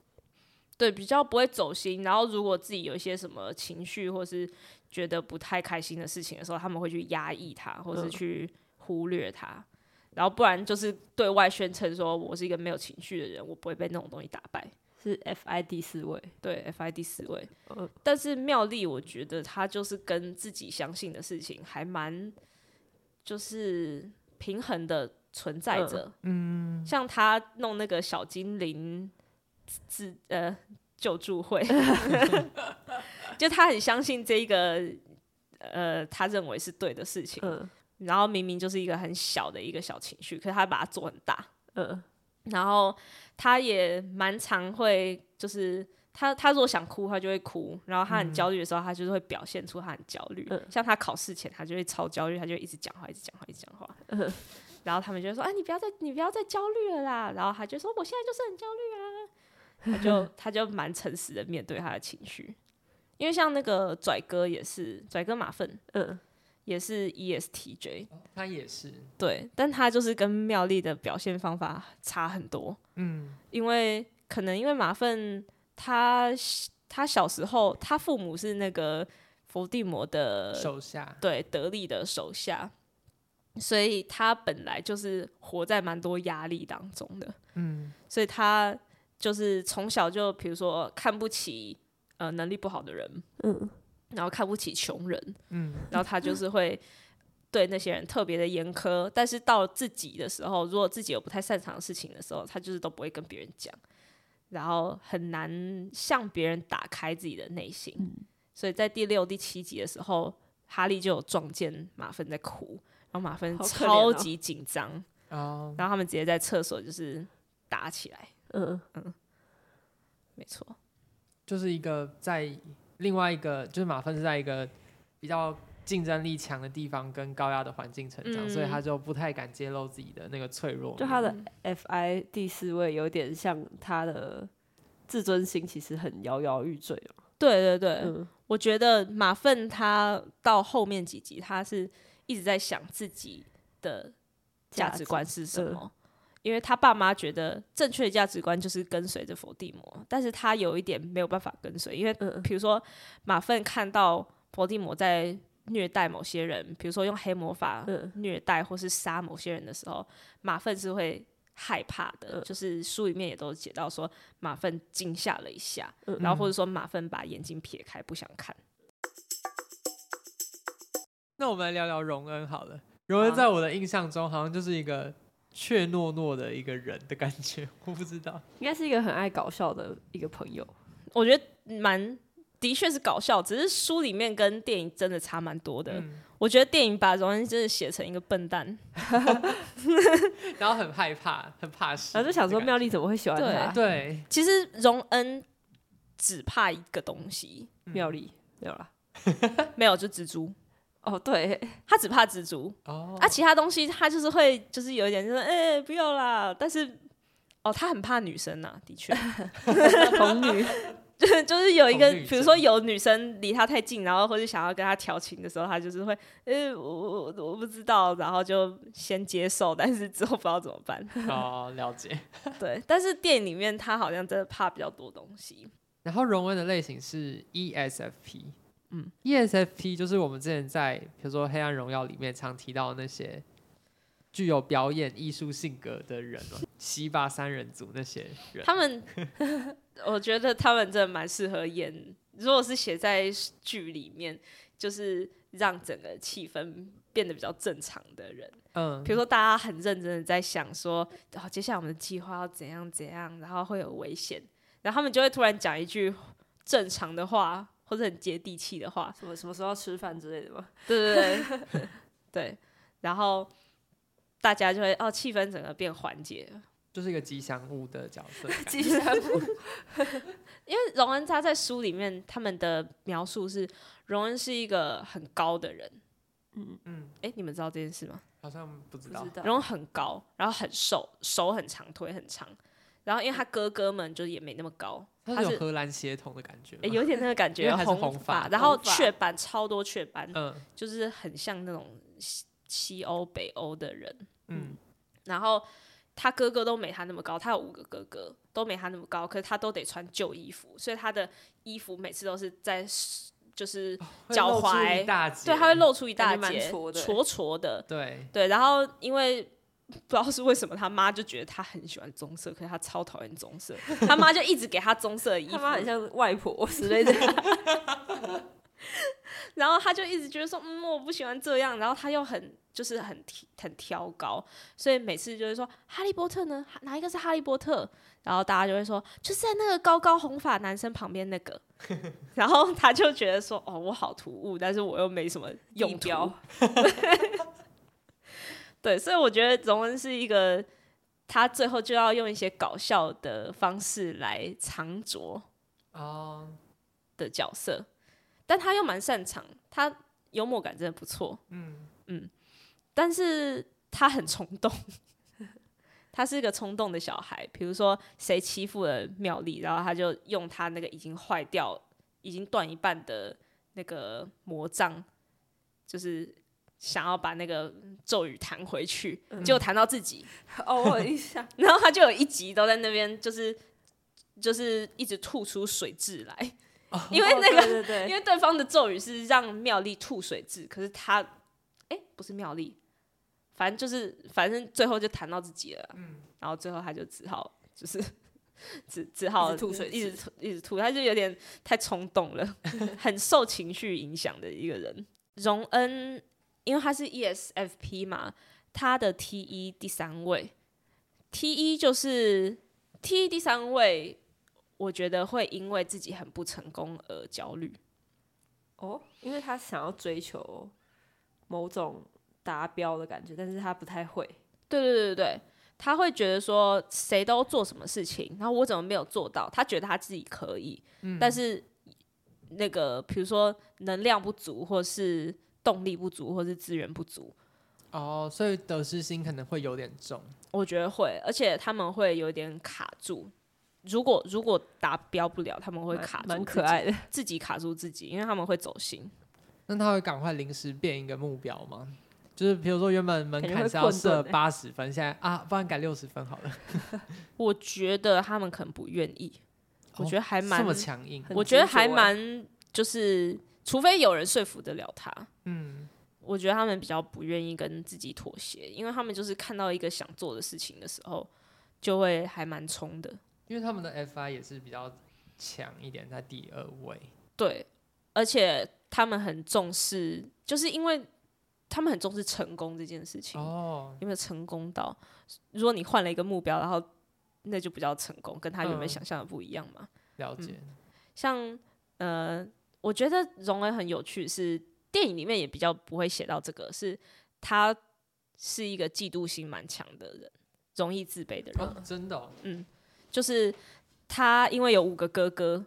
Speaker 3: 对，比较不会走心。然后如果自己有一些什么情绪或是觉得不太开心的事情的时候，他们会去压抑它，或是
Speaker 2: 嗯
Speaker 3: 去忽略它。然后不然就是对外宣称说我是一个没有情绪的人，我不会被那种东西打败。
Speaker 2: 是 F I 第四位，
Speaker 3: 对，F I 第四位。
Speaker 2: 嗯
Speaker 3: 但是妙丽，我觉得她就是跟自己相信的事情还蛮就是平衡的存在着。嗯，像她弄那个小精灵自呃救 助会， 就她很相信这一个呃她认为是对的事情，
Speaker 2: 嗯
Speaker 3: 然后明明就是一个很小的一个小情绪，可是她把它做很大。
Speaker 2: 嗯
Speaker 3: 然后他也蛮常会，就是他他如果想哭，他就会哭；然后他很焦虑的时候，他就是会表现出他很焦虑。
Speaker 2: 嗯
Speaker 3: 像他考试前，他就会超焦虑，他就一直讲话，一直讲话，一直讲话。 然后他们就会说：“哎，你不要再你不要再焦虑了啦。”然后他就说：“我现在就是很焦虑啊。”他就他就蛮诚实的面对他的情绪，因为像那个拽哥也是，拽哥马粪
Speaker 2: 嗯，
Speaker 3: 也是 E ESTJ，
Speaker 1: 他也是，
Speaker 3: 对，但他就是跟妙丽的表现方法差很多。
Speaker 1: 嗯，
Speaker 3: 因为可能因为马粪他小他小时候他父母是那个伏地魔的
Speaker 1: 手下，
Speaker 3: 对呃得力的手下，所以他本来就是活在蛮多压力当中的，
Speaker 1: 嗯，
Speaker 3: 所以他就是从小就比如说看不起呃能力不好的人，
Speaker 2: 嗯，
Speaker 3: 然后看不起穷人，
Speaker 1: 嗯，
Speaker 3: 然后他就是会。对那些人特别的严苛，但是到了自己的时候，如果自己有不太擅长的事情的时候，他就是都不会跟别人讲，然后很难向别人打开自己的内心。
Speaker 2: 嗯
Speaker 3: 所以在第六、第七集的时候，哈利就有撞见马芬在哭，然后马芬
Speaker 2: 好可怜
Speaker 3: 超
Speaker 2: 哦
Speaker 3: 级紧张，
Speaker 1: 哦，
Speaker 3: 然后他们直接在厕所就是打起来。
Speaker 2: 嗯
Speaker 3: 没错，
Speaker 1: 就是一个在另外一个，就是马粪是在一个比较竞争力强的地方跟高压的环境成长，
Speaker 3: 嗯
Speaker 1: 所以他就不太敢揭露自己的那个脆弱面。
Speaker 2: 就他的 F I 第四位有点像他的自尊心其实很摇摇欲坠哦。
Speaker 3: 对对对，
Speaker 2: 嗯
Speaker 3: 我觉得马粪他到后面几集，他是一直在想自己的价值观是什
Speaker 2: 嗯
Speaker 3: 么，因为他爸妈觉得正确的价值观就是跟随着伏地魔，但是他有一点没有办法跟随，因为
Speaker 2: 嗯
Speaker 3: 比如说马粪看到伏地魔在虐待某些人，比如说用黑魔法
Speaker 2: 嗯
Speaker 3: 虐待或是杀某些人的时候，马粪是会害怕的，
Speaker 2: 嗯
Speaker 3: 就是书里面也都写到说马粪惊吓了一下，
Speaker 2: 嗯
Speaker 3: 然后或者说马粪把眼睛撇开不想看。
Speaker 1: 那我们来聊聊荣恩好了。荣恩
Speaker 2: 啊
Speaker 3: 好
Speaker 1: 在我的印象中好像就是一个怯懦懦的一个人的感觉， 我不知道。
Speaker 2: 应该是一个很爱搞笑的一个朋友。
Speaker 3: 我觉得蛮的确是搞笑，只是书里面跟电影真的差蛮多的。
Speaker 1: 嗯，
Speaker 3: 我觉得电影把荣恩真的写成一个笨蛋，
Speaker 1: 然后很害怕，很怕事，
Speaker 2: 然后就想
Speaker 1: 这
Speaker 2: 说
Speaker 1: 个
Speaker 2: 妙丽怎么会喜欢他？
Speaker 1: 对，
Speaker 3: 其实荣恩只怕一个东西，
Speaker 2: 妙丽没有啦。
Speaker 3: 没有就蜘蛛，
Speaker 2: 哦，对，
Speaker 3: 他只怕蜘蛛。
Speaker 1: 哦，
Speaker 3: 啊，其他东西他就是会，就是有一点就是，哎、不要啦。但是，哦，他很怕女生呐、啊的确，
Speaker 2: 红 女，
Speaker 3: 就是就是有一个
Speaker 1: 恐惧，症
Speaker 3: 比如说有女生离他太近，然后或者想要跟他调情的时候，他就是会， 呃、我我我我不知道，然后就先接受，但是之后不知道怎么办。
Speaker 1: 哦，了解。
Speaker 3: 对，但是电影里面他好像真的怕比较多东西。
Speaker 1: 然后荣恩的类型是 E ESFP，嗯，ESFP 就是我们之前在比如说《黑暗荣耀》里面常提到的那些具有表演艺术性格的人嘛，西巴三人组那些人，
Speaker 3: 他们， 我觉得他们真的蛮适合演。如果是写在剧里面，就是让整个气氛变得比较正常的人。
Speaker 1: 嗯
Speaker 3: 比，如说大家很认真的在想说，哦，接下来我们的计划要怎样怎样，然后会有危险，然后他们就会突然讲一句正常的话，或者很接地气的话，
Speaker 2: 什么什么时候要吃饭之类的 吗？
Speaker 3: 对对对 对，然后大家就会哦，气氛整个变缓解了。
Speaker 1: 就是一个吉祥物的角色。
Speaker 2: 吉 祥物
Speaker 3: 因为荣恩他在书里面他们的描述是，荣恩是一个很高的人。
Speaker 1: 嗯，
Speaker 3: 哎，你们知道这件事吗？
Speaker 1: 好像不知道
Speaker 2: 不知。道
Speaker 3: 荣恩很高，然后很瘦，手很长，腿很长。然后因为他哥哥们就也没那么高，
Speaker 1: 它
Speaker 3: 他
Speaker 1: 是有
Speaker 3: 是
Speaker 1: 荷兰血统的感觉吗。
Speaker 3: 诶有点那个感
Speaker 1: 因
Speaker 3: 觉，
Speaker 1: 为还是红
Speaker 3: 发
Speaker 1: 发，
Speaker 3: 然后
Speaker 2: 红发
Speaker 3: 雀斑超多雀斑，
Speaker 1: 嗯
Speaker 3: 就是很像那种西西欧、北欧的人。
Speaker 1: 嗯，
Speaker 3: 然后他哥哥都没他那么高，他有五个哥哥都没他那么高，可是他都得穿旧衣服，所以他的衣服每次都是在就是
Speaker 1: 哦会
Speaker 3: 脚
Speaker 1: 露出
Speaker 3: 踝
Speaker 1: 一大截
Speaker 3: 对，他会露出一大
Speaker 2: 感觉蛮
Speaker 3: 截，
Speaker 2: 挫的欸
Speaker 3: 矬矬的，
Speaker 1: 对，
Speaker 3: 对。然后因为不知道是为什么，他妈就觉得他很喜欢棕色，可是他超讨厌棕色，他妈就一直给他棕色的衣 服
Speaker 2: 他，妈很像外婆 之类的，
Speaker 3: 然后他就一直觉得说，嗯，我不喜欢这样，然后他又很就是很挑很挑高，所以每次就是说哈利波特呢，哈哪一个是哈利波特？然后大家就会说，就是在那个高高红发男生旁边那个。 然后他就觉得说，哦，我好突兀，但是我又没什么用
Speaker 2: 地
Speaker 3: 途
Speaker 2: 标。
Speaker 3: 对，所以我觉得荣恩是一个，他最后就要用一些搞笑的方式来藏拙
Speaker 1: 哦，
Speaker 3: 的角色，但他又蛮擅长，他幽默感真的不错。
Speaker 1: 嗯，
Speaker 3: 但是他很冲动， 他是一个冲动的小孩。比如说谁欺负了妙丽，然后他就用他那个已经坏掉、已经断一半的那个魔杖，就是想要把那个咒语弹回去，
Speaker 2: 嗯
Speaker 3: 结果弹到自己。
Speaker 2: 哦，我有印 象，
Speaker 3: 然后他就有一集都在那边，就是就是一直吐出水蛭来，因为那个
Speaker 2: 哦对对
Speaker 3: 因
Speaker 2: 对，
Speaker 3: 为对方的咒语是让妙丽吐水蛭，可是他，哎、不是妙丽，反正就是，反正最后就谈到自己了，嗯，然后最后他就只好就是 只只
Speaker 2: 一
Speaker 3: 好
Speaker 2: 直吐水
Speaker 3: 一直
Speaker 2: 蛭
Speaker 3: 吐一直吐，他就有点太冲 动了，很受情绪影响的一个人。荣恩，因为他是 E ESFP 嘛，他的 TE 第三位，TE 就是 TE 第三位。我觉得会因为自己很不成功而焦虑，
Speaker 2: 哦，因为他想要追求某种达标的感觉，但是他不太会，
Speaker 3: 对对对对对，他会觉得说谁都做什么事情，然后我怎么没有做到？他觉得他自己可以，
Speaker 2: 嗯
Speaker 3: 但是那个比如说能量不足，或是动力不足，或是资源不足，
Speaker 1: 哦，所以得失心可能会有点重。
Speaker 3: 我觉得会，而且他们会有点卡住。如果如果达标不了，他们会
Speaker 2: 蛮
Speaker 3: 卡住
Speaker 2: 蛮
Speaker 3: 自
Speaker 2: 可
Speaker 3: 己
Speaker 2: 爱， 的。
Speaker 3: 自己卡住自己，因为他们会走心。
Speaker 1: 那他会赶快临时变一个目标吗？就是比如说原本门
Speaker 2: 感觉
Speaker 1: 槛
Speaker 2: 会
Speaker 1: 是要
Speaker 2: 困顿
Speaker 1: 设
Speaker 2: 欸
Speaker 1: 八十分，现在啊，不然改六十分好了。
Speaker 3: 我觉得他们可能不愿意，我
Speaker 1: 哦
Speaker 3: 觉得还蛮
Speaker 1: 这么强硬，
Speaker 2: 很
Speaker 3: 我觉得
Speaker 2: 执着
Speaker 3: 还
Speaker 2: 欸
Speaker 3: 蛮就是，除非有人说服得了他，
Speaker 1: 嗯，
Speaker 3: 我觉得他们比较不愿意跟自己妥协，因为他们就是看到一个想做的事情的时候，就会还蛮冲的。
Speaker 1: 因为他们的 FI 也是比较强一点，在第二位。
Speaker 3: 对，而且他们很重视，就是因为他们很重视成功这件事情。
Speaker 1: 哦，
Speaker 3: 有没有成功到？如果你换了一个目标，然后那就不叫成功，跟他原
Speaker 1: 嗯
Speaker 3: 本想象的不一样嘛。
Speaker 1: 了解。
Speaker 3: 像呃，我觉得荣恩很有趣是，电影里面也比较不会写到这个，是他是一个嫉妒心蛮强的人，容易自卑的人，
Speaker 1: 哦，真的哦、
Speaker 3: 就是他因为有五个哥哥，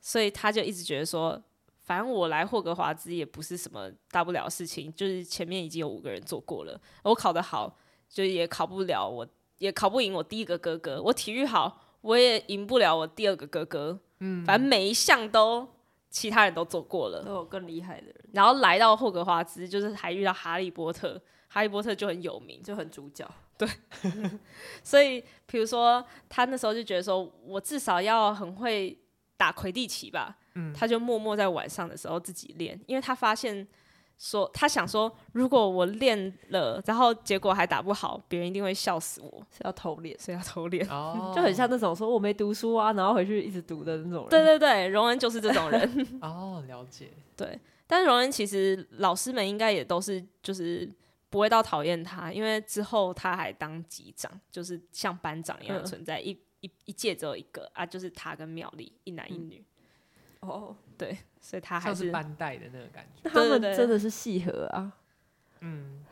Speaker 3: 所以他就一直觉得说。反正我来霍格华兹也不是什么大不了的事情，就是前面已经有五个人做过了。我考得好，就也考不了我，也考不赢我第一个哥哥。我体育好，我也赢不了我第二个哥哥。
Speaker 1: 嗯，
Speaker 3: 反正每一项都其他人都做过了，
Speaker 2: 都有更厉害的人，
Speaker 3: 然后来到霍格华兹，就是还遇到哈利波特，哈利波特就很有名，
Speaker 2: 就很主角，
Speaker 3: 所以比如说他那时候就觉得说，我至少要很会打魁地奇吧，
Speaker 1: 嗯
Speaker 3: 他就默默在晚上的时候自己练，因为他发现说，他想说，如果我练了，然后结果还打不好，别人一定会笑死我，
Speaker 2: 是要偷脸，
Speaker 3: 所以要偷练。
Speaker 1: 哦，
Speaker 2: 就很像那种说我没读书啊，然后回去一直读的那种人。
Speaker 3: 对对对，荣恩就是这种人。
Speaker 1: 哦，了解。
Speaker 3: 对，但是荣恩其实老师们应该也都是就是不会到讨厌他，因为之后他还当级长，就是像班长一样的
Speaker 2: 嗯
Speaker 3: 存在，一一一届只有一个啊，就是他跟妙丽一男一女。
Speaker 2: 哦，
Speaker 3: 所以他还
Speaker 1: 像是
Speaker 3: 是，
Speaker 1: 班带的那个感觉。
Speaker 2: 那他们
Speaker 3: 对对
Speaker 2: 真的是戏核啊，
Speaker 1: 嗯，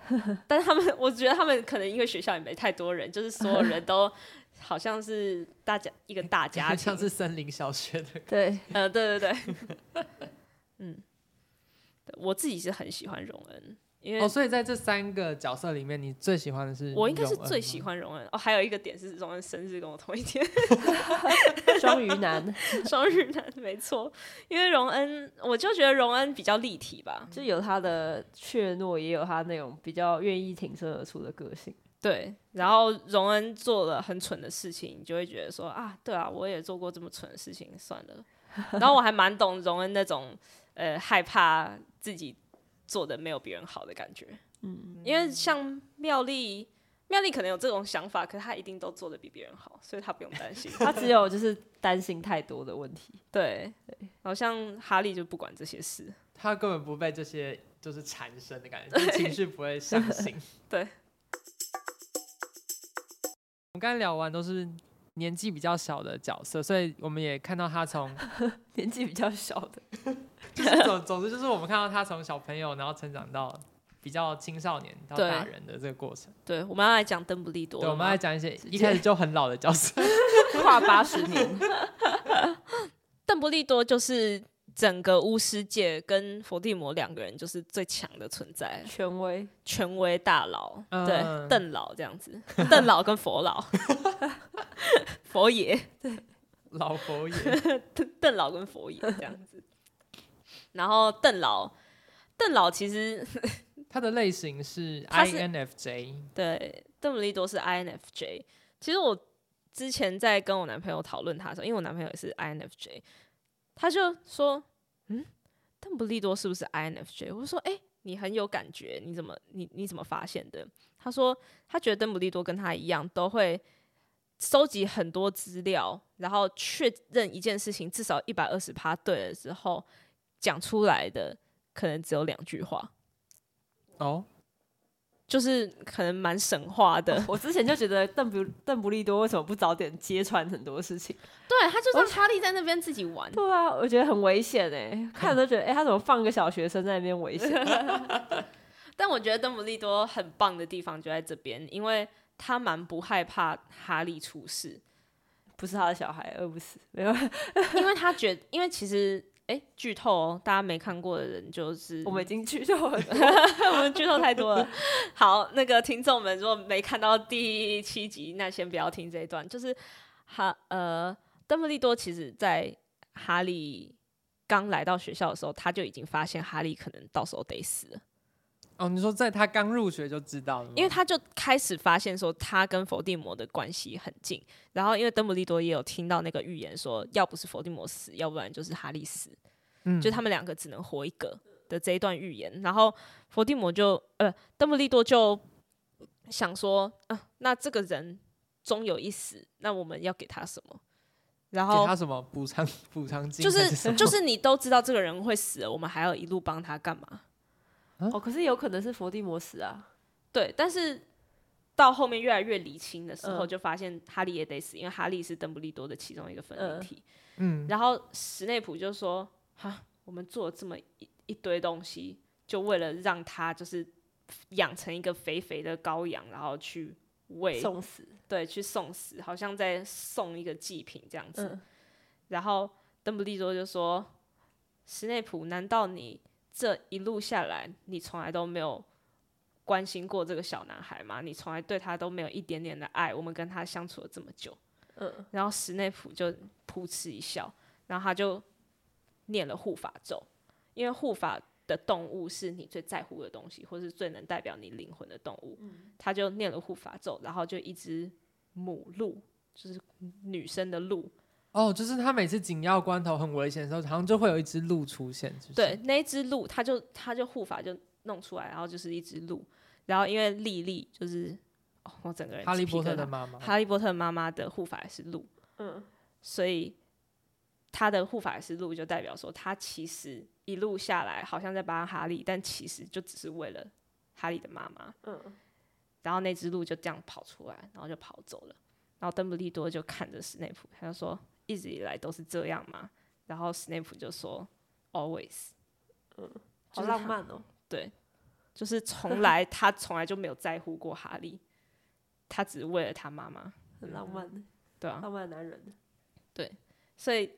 Speaker 3: 但他们 我觉得他们可能因为学校也没太多人，就是所有人都好像是大家一个大 家 庭，
Speaker 1: 像是森林小学的。
Speaker 2: 对，
Speaker 3: 呃，对对对， 嗯，我自己是很喜欢荣恩， 因为
Speaker 1: 哦，所以在这三个角色里面，你最喜欢的是
Speaker 3: 我应该是
Speaker 1: 永恩
Speaker 3: 最
Speaker 1: 吗
Speaker 3: 喜欢荣恩。哦，还有一个点是荣恩生日跟我同一天，
Speaker 2: 双鱼 男
Speaker 3: 双日男，没错。因为荣恩，我就觉得荣恩比较立体吧，
Speaker 2: 就有他的怯懦，也有他那种比较愿意挺身而出的个性。
Speaker 3: 对。然后荣恩做了很蠢的事情，你就会觉得说啊，对啊，我也做过这么蠢的事情，算了。然后我还蛮懂荣恩那种呃害怕自己做的没有别人好的感觉。
Speaker 2: 嗯，。
Speaker 3: 因为像妙丽，妙丽可能有这种想法，可她一定都做的比别人好，所以她不用担心
Speaker 2: 他只有就是担心太多的问题。
Speaker 3: 对，然后像哈利就不管这些事，
Speaker 1: 他根本不被这些就是缠身的感觉，就是情绪不会上心。
Speaker 3: 对
Speaker 1: 我们刚才聊完都是年纪比较小的角色，所以我们也看到他 从，
Speaker 2: 年纪比较小的，
Speaker 1: 就是总总之就是我们看到他从小朋友，然后成长到比较青少年到
Speaker 3: 对
Speaker 1: 大人的这个过程。
Speaker 3: 对，我们要来讲邓布利多
Speaker 1: 对，
Speaker 3: 了
Speaker 1: 我
Speaker 3: 吗，
Speaker 1: 们来讲一些一开始就很老的角色。
Speaker 2: 跨八十年，
Speaker 3: 邓布利多就是整个巫师界跟伏地魔两个人就是最强的存在，
Speaker 2: 权威。
Speaker 3: 权威大佬，
Speaker 1: 嗯
Speaker 3: 对，邓老这样子， 邓老跟佛老， 佛爷，
Speaker 1: 老佛爷，
Speaker 3: 邓邓老跟佛爷这样子。然后邓老，邓老其实
Speaker 1: 他的类型是
Speaker 3: 他是
Speaker 1: INFJ，
Speaker 3: 对，邓布利多是 INFJ。其实我之前在跟我男朋友讨论他的时候，因为我男朋友也是 INFJ，他就说：“嗯，邓布利多是不是 INFJ？” 我就说：“哎、你很有感觉，你怎么你你怎么发现的？”他说：“他觉得邓布利多跟他一样，都会收集很多资料，然后确认一件事情至少一百二十趴对了之后，讲出来的可能只有两句话。”
Speaker 1: 哦，
Speaker 3: 就是可能蛮神话的，
Speaker 2: 我之前就觉得邓布邓布利多为什么不早点揭穿很多事情？
Speaker 3: 对，他就让哈利在那边自己玩。
Speaker 2: 对啊，我觉得很危险哎、看着都觉得哎、他怎么放个小学生在那边危险？
Speaker 3: 但我觉得邓布利多很棒的地方就在这边，因为他蛮不害怕哈利出事，
Speaker 2: 不是他的小孩，饿不死，没有。
Speaker 3: 因为他觉因为其实哎、诶剧透哦，大家没看过的人就是
Speaker 2: 我们已经去就很多
Speaker 3: 我们剧透太多了。好，那个听众们如果没看到第七集，那先不要听这一段。就是哈呃，邓布利多其实在哈利刚来到学校的时候，他就已经发现哈利可能到时候得死了。
Speaker 1: 哦，你说在他刚入学就知道了吗，
Speaker 3: 因为他就开始发现说他跟伏地魔的关系很近，然后因为邓布利多也有听到那个预言说，要不是伏地魔死，要不然就是哈利死，
Speaker 1: 嗯
Speaker 3: 就他们两个只能活一个的这一段预言。然后伏地魔就呃，邓布利多就想说，啊、那这个人终有一死，那我们要给他什么？然
Speaker 1: 给
Speaker 3: 后
Speaker 1: 他什么补偿补偿金
Speaker 3: 哦就
Speaker 1: 还什么，
Speaker 3: 是就是你都知道这个人会死了，我们还要一路帮他干嘛？
Speaker 2: 哦，可是有可能是伏地魔死啊，
Speaker 3: 对，但是到后面越来越理清的时候，
Speaker 2: 嗯
Speaker 3: 就发现哈利也得死，因为哈利是邓布利多的其中一个分灵
Speaker 2: 嗯
Speaker 3: 体。
Speaker 1: 嗯，
Speaker 3: 然后史内普就说：“哈，我们做了这么一一堆东西，就为了让他就是养成一个肥肥的羔羊，然后去喂，
Speaker 2: 送死。
Speaker 3: 对，去送死，好像在送一个祭品这样子。
Speaker 2: 嗯，
Speaker 3: 然后邓布利多就说：“史内普，难道你这一路下来，你从来都没有关心过这个小男孩吗？你从来对他都没有一点点的爱？我们跟他相处了这么久。”嗯，然后史内普就噗嗤一笑，然后他就念了护法咒，因为护法的动物是你最在乎的东西，或是最能代表你灵魂的动物。他就念了护法咒，然后就一只母鹿，就是女生的鹿，
Speaker 1: 哦，就是他每次紧要关头很危险的时候，好像就会有一只鹿出现，是不是
Speaker 3: 对，，那一只鹿，它就它就护法就弄出来，然后就是一只鹿。然后因为莉莉就是，哦，我整个人
Speaker 1: 哈利
Speaker 3: 鸡皮
Speaker 1: 波特
Speaker 3: 疙瘩
Speaker 1: 的妈妈，
Speaker 3: 哈利波特妈妈的护法也是鹿，嗯，所以他的护法也是鹿，就代表说他其实一路下来好像在帮哈利，但其实就只是为了哈利的妈妈，嗯，然后那只鹿就这样跑出来，然后就跑走了，然后邓布利多就看着史内普，他就说一直以来都是这样嘛，然后 Snape 就说 always，
Speaker 2: 嗯好
Speaker 3: 就是
Speaker 2: 浪
Speaker 3: 他
Speaker 2: 漫哦。
Speaker 3: 对，就是从来他从来就没有在乎过哈利，他只为了他妈妈，
Speaker 2: 很浪漫，
Speaker 3: 对啊，
Speaker 2: 浪漫男人。
Speaker 3: 所以